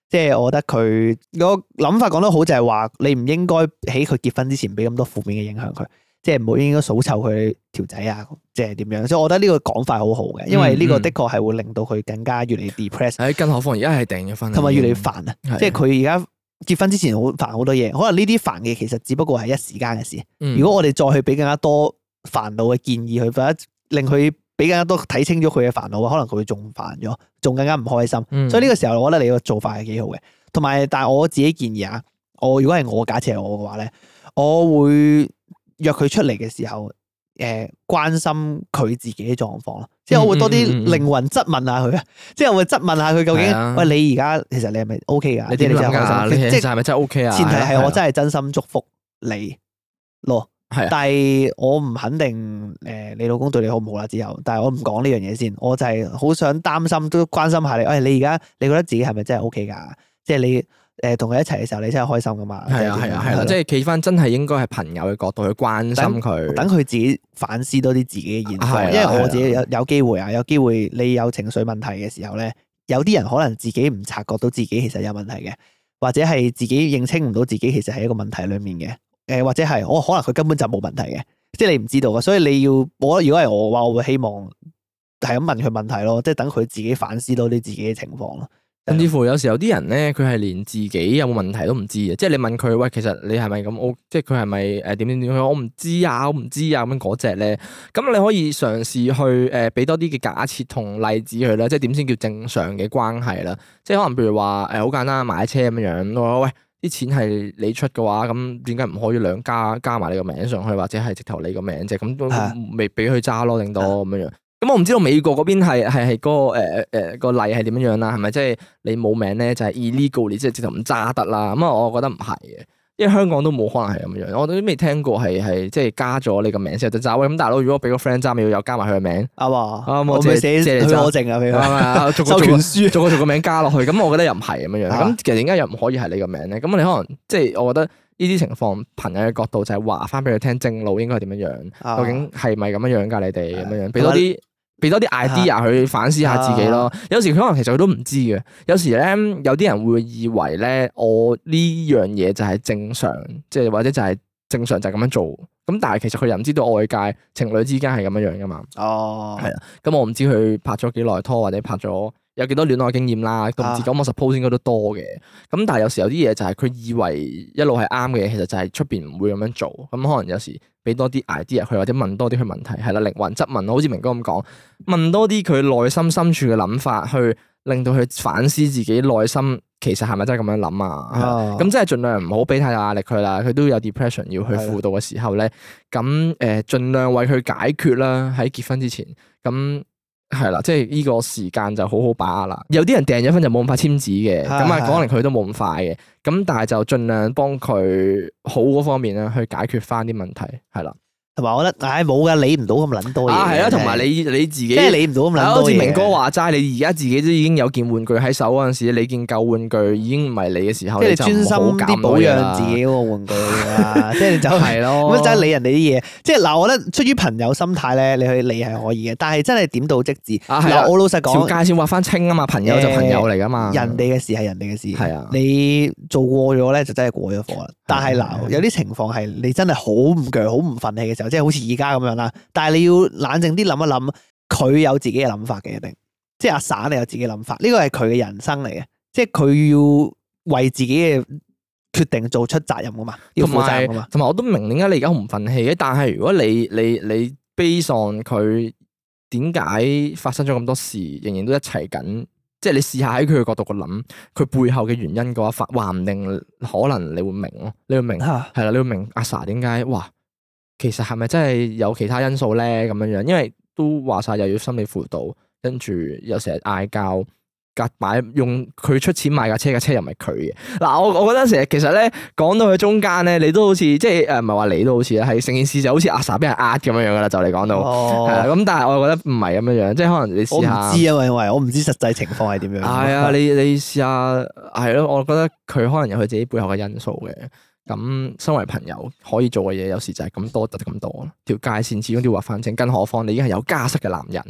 [SPEAKER 1] 即係我覺得佢個諗法講得好就係話，你唔應該喺佢結婚之前俾咁多負面嘅影響佢，即係唔好應該數臭佢條仔啊，即係點樣。所以我覺得呢個講法好好嘅，因為呢個的確係會令到佢更加越嚟越 depress，
[SPEAKER 2] 唉，更何況而家係訂咗婚啦，
[SPEAKER 1] 同埋越嚟越煩啊。
[SPEAKER 2] 嗯係，
[SPEAKER 1] 即係佢而家結婚之前好煩好多嘢，可能呢啲煩嘅其實只不過係一時間嘅事。
[SPEAKER 2] 嗯
[SPEAKER 1] 如果我哋再去俾更加多煩惱嘅建議佢，或者令佢俾更加多睇清咗佢嘅煩惱，可能佢會仲煩咗，仲更加唔開心。
[SPEAKER 2] 嗯
[SPEAKER 1] 所以呢個時候，我覺得你個做法係幾好嘅。同埋，但係我自己建議啊，我如果係我假設係我嘅話咧，我會約佢出嚟嘅時候，誒、關心佢自己嘅狀況咯。即係我會多啲
[SPEAKER 2] 嗯嗯嗯嗯
[SPEAKER 1] 靈魂質問下佢啊，即係我會質問下佢究
[SPEAKER 2] 係啊
[SPEAKER 1] 竟，喂你而家其實你係咪 O K 㗎？
[SPEAKER 2] 你
[SPEAKER 1] 即係
[SPEAKER 2] 點
[SPEAKER 1] 你真
[SPEAKER 2] 諗
[SPEAKER 1] 係
[SPEAKER 2] 㗎？
[SPEAKER 1] 開
[SPEAKER 2] 你
[SPEAKER 1] 心，
[SPEAKER 2] 其
[SPEAKER 1] 即
[SPEAKER 2] 實
[SPEAKER 1] 係
[SPEAKER 2] 係咪真係 OK 啊？
[SPEAKER 1] 前提係我真
[SPEAKER 2] 係
[SPEAKER 1] 係真心祝福你咯。
[SPEAKER 2] 係啊
[SPEAKER 1] 但係我唔肯定誒、你老公對你好唔好啦。之後，但係我唔講呢樣嘢先，我就係好想擔心，都關心下你。誒、哎你而家你覺得自己係咪真係 O K 㗎？即係你誒同佢一齊嘅時候，你真係開心噶嘛？
[SPEAKER 2] 係啊係啊係啦，
[SPEAKER 1] 咯
[SPEAKER 2] 即係企翻真係應該係朋友嘅角度去關心佢。
[SPEAKER 1] 等佢自己反思多啲自己嘅現
[SPEAKER 2] 係啦
[SPEAKER 1] 況，因為
[SPEAKER 2] 係啦
[SPEAKER 1] 我自己有有機會啊，有機會你有情緒問題嘅時候咧，有啲人可能自己唔察覺到自己其實有問題嘅，或者係自己認清唔到自己其實係一個問題裡面嘅，誒、呃或者係哦啊我、可能佢根本就冇問題嘅，即係你唔知道嘅，所以你要我覺得如果係我嘅話，我會希望係咁問佢問題咯，即係等佢自己反思到你自己嘅情況咯。
[SPEAKER 2] 甚至乎有時候啲人咧，佢係連自己有冇問題都唔知嘅，即係你問佢喂，其實你係咪咁 O？即係佢係咪誒點點點？佢話我唔知啊，我唔知啊咁樣嗰只咧，咁你可以嘗試去誒俾、多啲嘅假設同例子佢啦，即係點先叫正常嘅關係啦。即係可能譬如話呃誒好簡單買車咁樣樣，我話喂啲錢係你出嘅話，咁點解唔可以兩家加埋你個名上去，或者係直頭你個名啫？咁都
[SPEAKER 1] 係啊
[SPEAKER 2] 未俾佢揸咯，令到咁樣樣。咁我唔知道美國嗰邊係係係嗰個誒誒誒個例係點樣樣啦，係咪即係你冇名咧就係 illegal，你即係直頭唔揸得啦？咁啊，我覺得唔係嘅，因為香港都冇可能係咁樣，我都未聽過係係即係加咗你個名先有得揸。喂，咁大佬，如果我俾個 friend 揸，咪要有加埋佢嘅 名，
[SPEAKER 1] 啱啊，
[SPEAKER 2] 啱
[SPEAKER 1] 我
[SPEAKER 2] 我
[SPEAKER 1] 咪
[SPEAKER 2] 借
[SPEAKER 1] 寫
[SPEAKER 2] 借
[SPEAKER 1] 許
[SPEAKER 2] 嚟
[SPEAKER 1] 可
[SPEAKER 2] 揸
[SPEAKER 1] 證啊，俾
[SPEAKER 2] 係
[SPEAKER 1] 佢。
[SPEAKER 2] 咪啊？逐個
[SPEAKER 1] 授
[SPEAKER 2] 逐
[SPEAKER 1] 權
[SPEAKER 2] 個
[SPEAKER 1] 書
[SPEAKER 2] 逐個逐個名加落去，咁我覺得又唔係咁樣樣。
[SPEAKER 1] 啊
[SPEAKER 2] 咁其實點解又唔可以係你個名咧？咁你可能即係我覺得呢啲情況，朋友嘅角度就係話翻俾佢聽正路應該係點樣樣。
[SPEAKER 1] 啊
[SPEAKER 2] 究竟係咪咁樣樣㗎？你哋咁樣樣，俾
[SPEAKER 1] 同
[SPEAKER 2] 多
[SPEAKER 1] 埋
[SPEAKER 2] 啲。俾多啲 idea 去反思下自己咯。有時佢可能其實佢都唔知嘅。有時咧，有啲人會以為咧，我呢樣嘢就係正常，即係或者就係正常就係咁樣做。咁但係其實佢又唔知道外界情侶之間係咁樣樣噶嘛。
[SPEAKER 1] 哦，
[SPEAKER 2] 係啊咁我唔知佢拍咗幾耐拖，或者拍咗有幾多戀愛經驗啦，都唔知。
[SPEAKER 1] 啊
[SPEAKER 2] 咁、我 suppose 應該都多嘅。咁但係有時有啲嘢就係佢以為一路係啱嘅，其實就係出邊唔會咁樣做。咁可能有時俾多啲 idea 佢，或者問多啲佢問題，係啦，靈魂質問，好似明哥咁講，問多啲佢內心深處嘅諗法，去令到佢反思自己內心其實係咪真係咁樣諗啊？係啦
[SPEAKER 1] 啊
[SPEAKER 2] 咁即係盡量唔好俾太大壓力佢啦，佢都有 depression 要去
[SPEAKER 1] 係啊
[SPEAKER 2] 輔導嘅時候咧，咁誒盡量為佢解決啦。喺結婚之前，咁係啦，即係呢個時間就好好把握啦。有啲人訂咗婚就冇咁快簽字嘅，
[SPEAKER 1] 係
[SPEAKER 2] 咁啊
[SPEAKER 1] 係
[SPEAKER 2] 可能佢都冇咁快嘅，咁但係就盡量幫佢好嗰方面啦，去解決翻啲問題，係啦。
[SPEAKER 1] 同埋我覺得，唉，冇噶，理唔到咁撚多嘢。
[SPEAKER 2] 啊，係啦，
[SPEAKER 1] 真
[SPEAKER 2] 同埋你你自己
[SPEAKER 1] 哦即係理唔到咁
[SPEAKER 2] 係啊
[SPEAKER 1] 撚
[SPEAKER 2] 好
[SPEAKER 1] 多
[SPEAKER 2] 似
[SPEAKER 1] 嘢。
[SPEAKER 2] 明哥，話齋，你而家自己都已經有件玩具喺手嗰陣時，你件舊玩具已經唔係你嘅時候，
[SPEAKER 1] 即係
[SPEAKER 2] 你
[SPEAKER 1] 你
[SPEAKER 2] 就
[SPEAKER 1] 專心
[SPEAKER 2] 唔好搞咁
[SPEAKER 1] 啲保
[SPEAKER 2] 多嘢
[SPEAKER 1] 養
[SPEAKER 2] 啦
[SPEAKER 1] 自己嗰個玩具啦， 即係你就
[SPEAKER 2] 係咯，
[SPEAKER 1] 咁真係理人哋啲嘢。即係嗱，我覺得出於朋友心態咧，你去理係可以嘅，但係真係點到即止。
[SPEAKER 2] 啊係啊
[SPEAKER 1] 嗱，我老實
[SPEAKER 2] 條
[SPEAKER 1] 講，
[SPEAKER 2] 界線劃翻清啊嘛，朋友就朋友嚟噶嘛，
[SPEAKER 1] 人哋嘅事係人哋嘅事，
[SPEAKER 2] 啊係啊
[SPEAKER 1] 你做過咗咧就真係過咗火啦。但係
[SPEAKER 2] 啊
[SPEAKER 1] 嗱，有啲情況係你真係好唔鋸、好唔忿氣嘅時候，即係好似而家咁樣啦。但係你要冷靜啲諗一諗，佢有自己嘅諗法嘅一定，即係阿散你有自己嘅諗法，呢個係佢嘅人生嚟嘅，即係佢要為自己嘅決定做出責任噶嘛，要
[SPEAKER 2] 同
[SPEAKER 1] 負責任噶嘛
[SPEAKER 2] 埋。同埋我都明點解你而家好唔忿氣嘅，但係如果你你你悲喪佢點解發生咗咁多事，仍然都一齊緊，即係你試下喺佢嘅角度個諗，佢背後嘅原因嘅話，發話唔定可能你會明咯，你會明
[SPEAKER 1] 嚇
[SPEAKER 2] 係啦，你會明阿 sa 點解哇，其實係咪真係有其他因素咧咁樣樣？因為都話晒又要心理輔導，跟住又成日嗌交，夾買用佢出錢買架車，架車又唔係佢嘅。嗱，我我覺得成日其實咧講到佢中間咧，你都好似即係呃誒，唔係話你都好似啦，係成件事就好似阿 sa 俾人呃咁樣樣噶啦，就你講到係啦。
[SPEAKER 1] 哦，
[SPEAKER 2] 咁但係我覺得唔係咁樣樣，即係可能你
[SPEAKER 1] 我
[SPEAKER 2] 試
[SPEAKER 1] 唔知
[SPEAKER 2] 下
[SPEAKER 1] 啊，。因為我唔知實際情況係點樣。
[SPEAKER 2] 係啊，你你試下係咯，我覺得佢可能有佢自己背後嘅因素嘅。咁身為朋友可以做嘅嘢，有時就係咁多得咁多咯。條界線始終都要劃翻清，更何況你已經係有家室嘅男人，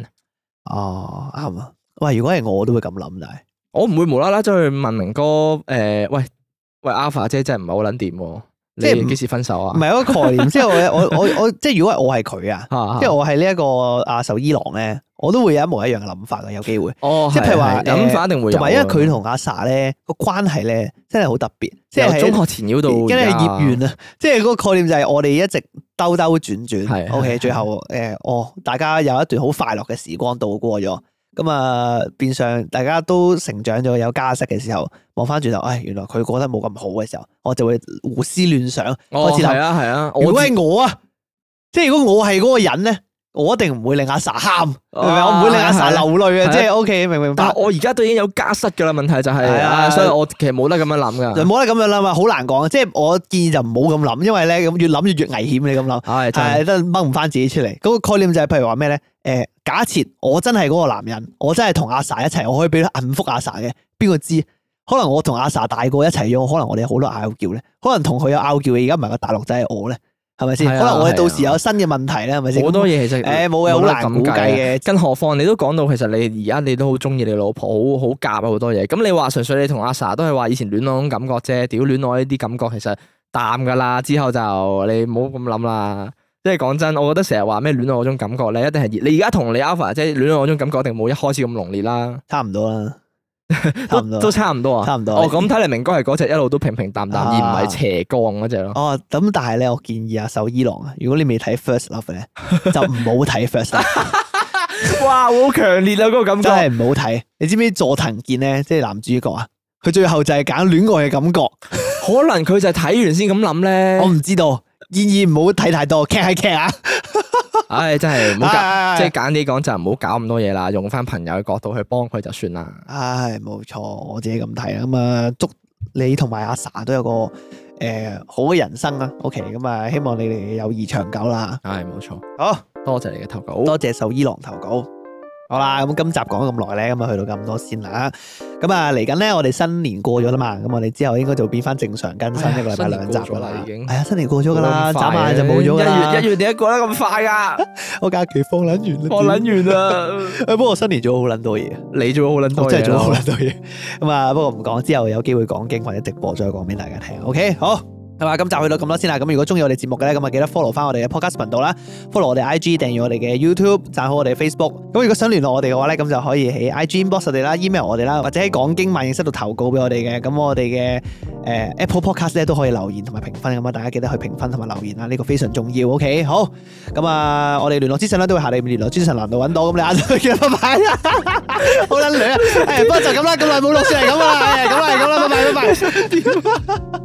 [SPEAKER 1] 哦，啱啊。喂，如果係我我都會咁諗，但係
[SPEAKER 2] 我唔會無啦啦走去問明哥誒、喂喂 Alpha 姐真係唔係好撚掂喎，
[SPEAKER 1] 即係
[SPEAKER 2] 你
[SPEAKER 1] 唔
[SPEAKER 2] 幾時分手啊
[SPEAKER 1] 唔？係有一個概念。即係 我我我我即係如果係我係佢啊，
[SPEAKER 2] 啊
[SPEAKER 1] 即係我係呢一個阿壽伊郎咧，我都會有一模一樣嘅諗法嘅，有機會。
[SPEAKER 2] 哦，
[SPEAKER 1] 即係譬如話
[SPEAKER 2] 係係諗法一定會有
[SPEAKER 1] 同
[SPEAKER 2] 啊，
[SPEAKER 1] 埋因為佢同阿 sa 咧個關係咧真係好特別，即係
[SPEAKER 2] 由中學前繞 到
[SPEAKER 1] 因為
[SPEAKER 2] 而家
[SPEAKER 1] 業緣啊，即係嗰個概念就係我哋一直兜兜轉
[SPEAKER 2] 係
[SPEAKER 1] 轉，OK，
[SPEAKER 2] 係
[SPEAKER 1] 最後誒哦，大家有一段好快樂嘅時光度過咗，咁啊變相大家都成長咗有家室嘅時候，望翻轉頭，唉，原來佢過得冇咁好嘅時候，我就會胡思亂想，
[SPEAKER 2] 哦
[SPEAKER 1] 開始
[SPEAKER 2] 係
[SPEAKER 1] 諗，
[SPEAKER 2] 啊係啊，
[SPEAKER 1] 如果
[SPEAKER 2] 自
[SPEAKER 1] 係我啊，即係如果我係嗰個人咧，我一定唔會令阿 sa 喊，明唔明
[SPEAKER 2] 啊
[SPEAKER 1] 我唔會令阿
[SPEAKER 2] 係啊
[SPEAKER 1] sa 流淚
[SPEAKER 2] 係啊
[SPEAKER 1] 啊，即係 OK，明唔明白
[SPEAKER 2] 但？我而家都已經有家室㗎啦，問題就係、
[SPEAKER 1] 係啊
[SPEAKER 2] 啊，所以我其實冇得咁樣諗
[SPEAKER 1] 就
[SPEAKER 2] 㗎。
[SPEAKER 1] 冇得咁樣諗啊，好難講。即係我建議就唔好咁諗，因為咧咁越諗越越危險。你咁諗，
[SPEAKER 2] 唉，真係
[SPEAKER 1] 係都掹唔翻自己出嚟。嗰、個概念就係、譬如話咩咧？誒、假設我真係嗰個男人，我真係同阿 sa 一齊，我可以俾到幸福阿 sa 嘅，邊個知？可能我同阿 sa 大個一齊咗，可能我哋有好多拗撬咧，可能同佢有拗撬嘅，而家唔係個大陸仔係我咧，係咪先？
[SPEAKER 2] 係啊
[SPEAKER 1] 可能我哋到時
[SPEAKER 2] 係啊
[SPEAKER 1] 有新嘅問題咧，係咪先？
[SPEAKER 2] 好多嘢啊其實
[SPEAKER 1] 誒冇嘅，好
[SPEAKER 2] 冇得
[SPEAKER 1] 難
[SPEAKER 2] 咁
[SPEAKER 1] 估計
[SPEAKER 2] 計啊。
[SPEAKER 1] 嘅。
[SPEAKER 2] 更何況你都講到，其實你而家你都好中意你老婆，好好夾啊好多嘢。咁你話純粹你同阿 sa 都係話以前戀愛嗰種感覺啫，屌戀愛呢啲感覺其實淡㗎啦，之後就你唔好咁諗啦。即係講真，我覺得成日話咩戀愛嗰種感覺咧，一定係熱你而家同你 alpha 即係戀愛嗰種感覺，一定冇一開始咁濃烈啦，
[SPEAKER 1] 差唔多 啦，差
[SPEAKER 2] 都
[SPEAKER 1] 唔多
[SPEAKER 2] 都差唔多啊。
[SPEAKER 1] 差唔多。
[SPEAKER 2] 哦，咁睇嚟明哥係嗰只一路都平平淡淡，
[SPEAKER 1] 啊
[SPEAKER 2] 而唔係斜槓嗰只咯。
[SPEAKER 1] 哦，咁但係咧，我建議阿壽伊郎啊，如果你未睇 First Love 咧，就唔好睇 First Love，
[SPEAKER 2] 哇，好強烈啊！嗰個 感
[SPEAKER 1] 真
[SPEAKER 2] 覺，
[SPEAKER 1] 係唔好睇。你知唔知佐藤健咧，即係男主角啊？佢最後就係揀戀愛嘅感覺，
[SPEAKER 2] 可能佢就係睇完先咁諗咧
[SPEAKER 1] 我。唔知道。建議唔好睇太多，劇係劇啊，
[SPEAKER 2] 唉，真係唔好搞，
[SPEAKER 1] 唉
[SPEAKER 2] 即係簡啲講就唔好搞咁多嘢啦，用翻朋友嘅角度去幫佢就算啦。
[SPEAKER 1] 唉，冇錯，我自己咁睇啊。咁啊，祝你同埋阿 sa 都有個誒、呃好嘅人生啊。OK，咁啊，希望你哋友誼長久啦。
[SPEAKER 2] 唉，冇錯，
[SPEAKER 1] 好。
[SPEAKER 2] 多謝你嘅投稿。
[SPEAKER 1] 多謝受伊郎投稿。好啦，咁今集講咗咁耐咧，咁啊去到咁多先啦。咁啊嚟緊咧，我哋新年過咗啦嘛，咁我哋之後應該就變翻正常更新
[SPEAKER 2] 哎呀
[SPEAKER 1] 一個禮拜兩集
[SPEAKER 2] 新年過咗
[SPEAKER 1] 㗎啦。
[SPEAKER 2] 啦已經
[SPEAKER 1] 係啊，新年過咗噶啦，
[SPEAKER 2] 好
[SPEAKER 1] 眨
[SPEAKER 2] 快啊
[SPEAKER 1] 眼就冇咗㗎啦。
[SPEAKER 2] 一月一月點解過得咁快啊？
[SPEAKER 1] 我假期放撚完啦。
[SPEAKER 2] 我撚完啦，
[SPEAKER 1] 誒不過我新年做咗好撚多嘢，
[SPEAKER 2] 你做咗好撚多
[SPEAKER 1] 我真係
[SPEAKER 2] 嘢
[SPEAKER 1] 做咗好
[SPEAKER 2] 啦。
[SPEAKER 1] 撚多嘢。咁啊，不過唔講，之後有機會講經或者直播再講俾大家聽。OK，好。係嘛，今集去到咁多先啦。咁如果中意我哋節目嘅咧，咁啊記得 follow 翻我哋嘅 podcast 頻道啦，follow 我哋 IG，訂閱我哋嘅 YouTube，讚好我哋 Facebook。咁啊如果想聯絡我哋嘅話咧，咁就可以喺 IG inbox 我哋啦，email 我哋啦，或者喺講經萬應室度投稿俾我哋嘅。咁我哋嘅誒 Apple Podcast 咧都可以留言同埋評分咁啊，大家記得去評分同埋留言啦，呢個非常重要。OK，好。咁啊，我哋聯絡資訊咧都會下你聯絡資訊欄度揾到。咁你下晝見，拜拜。哎好撚亂啊！誒，不過就咁啦，咁耐冇錄先係咁啊，係咁啦，係咁啦，拜拜，拜拜。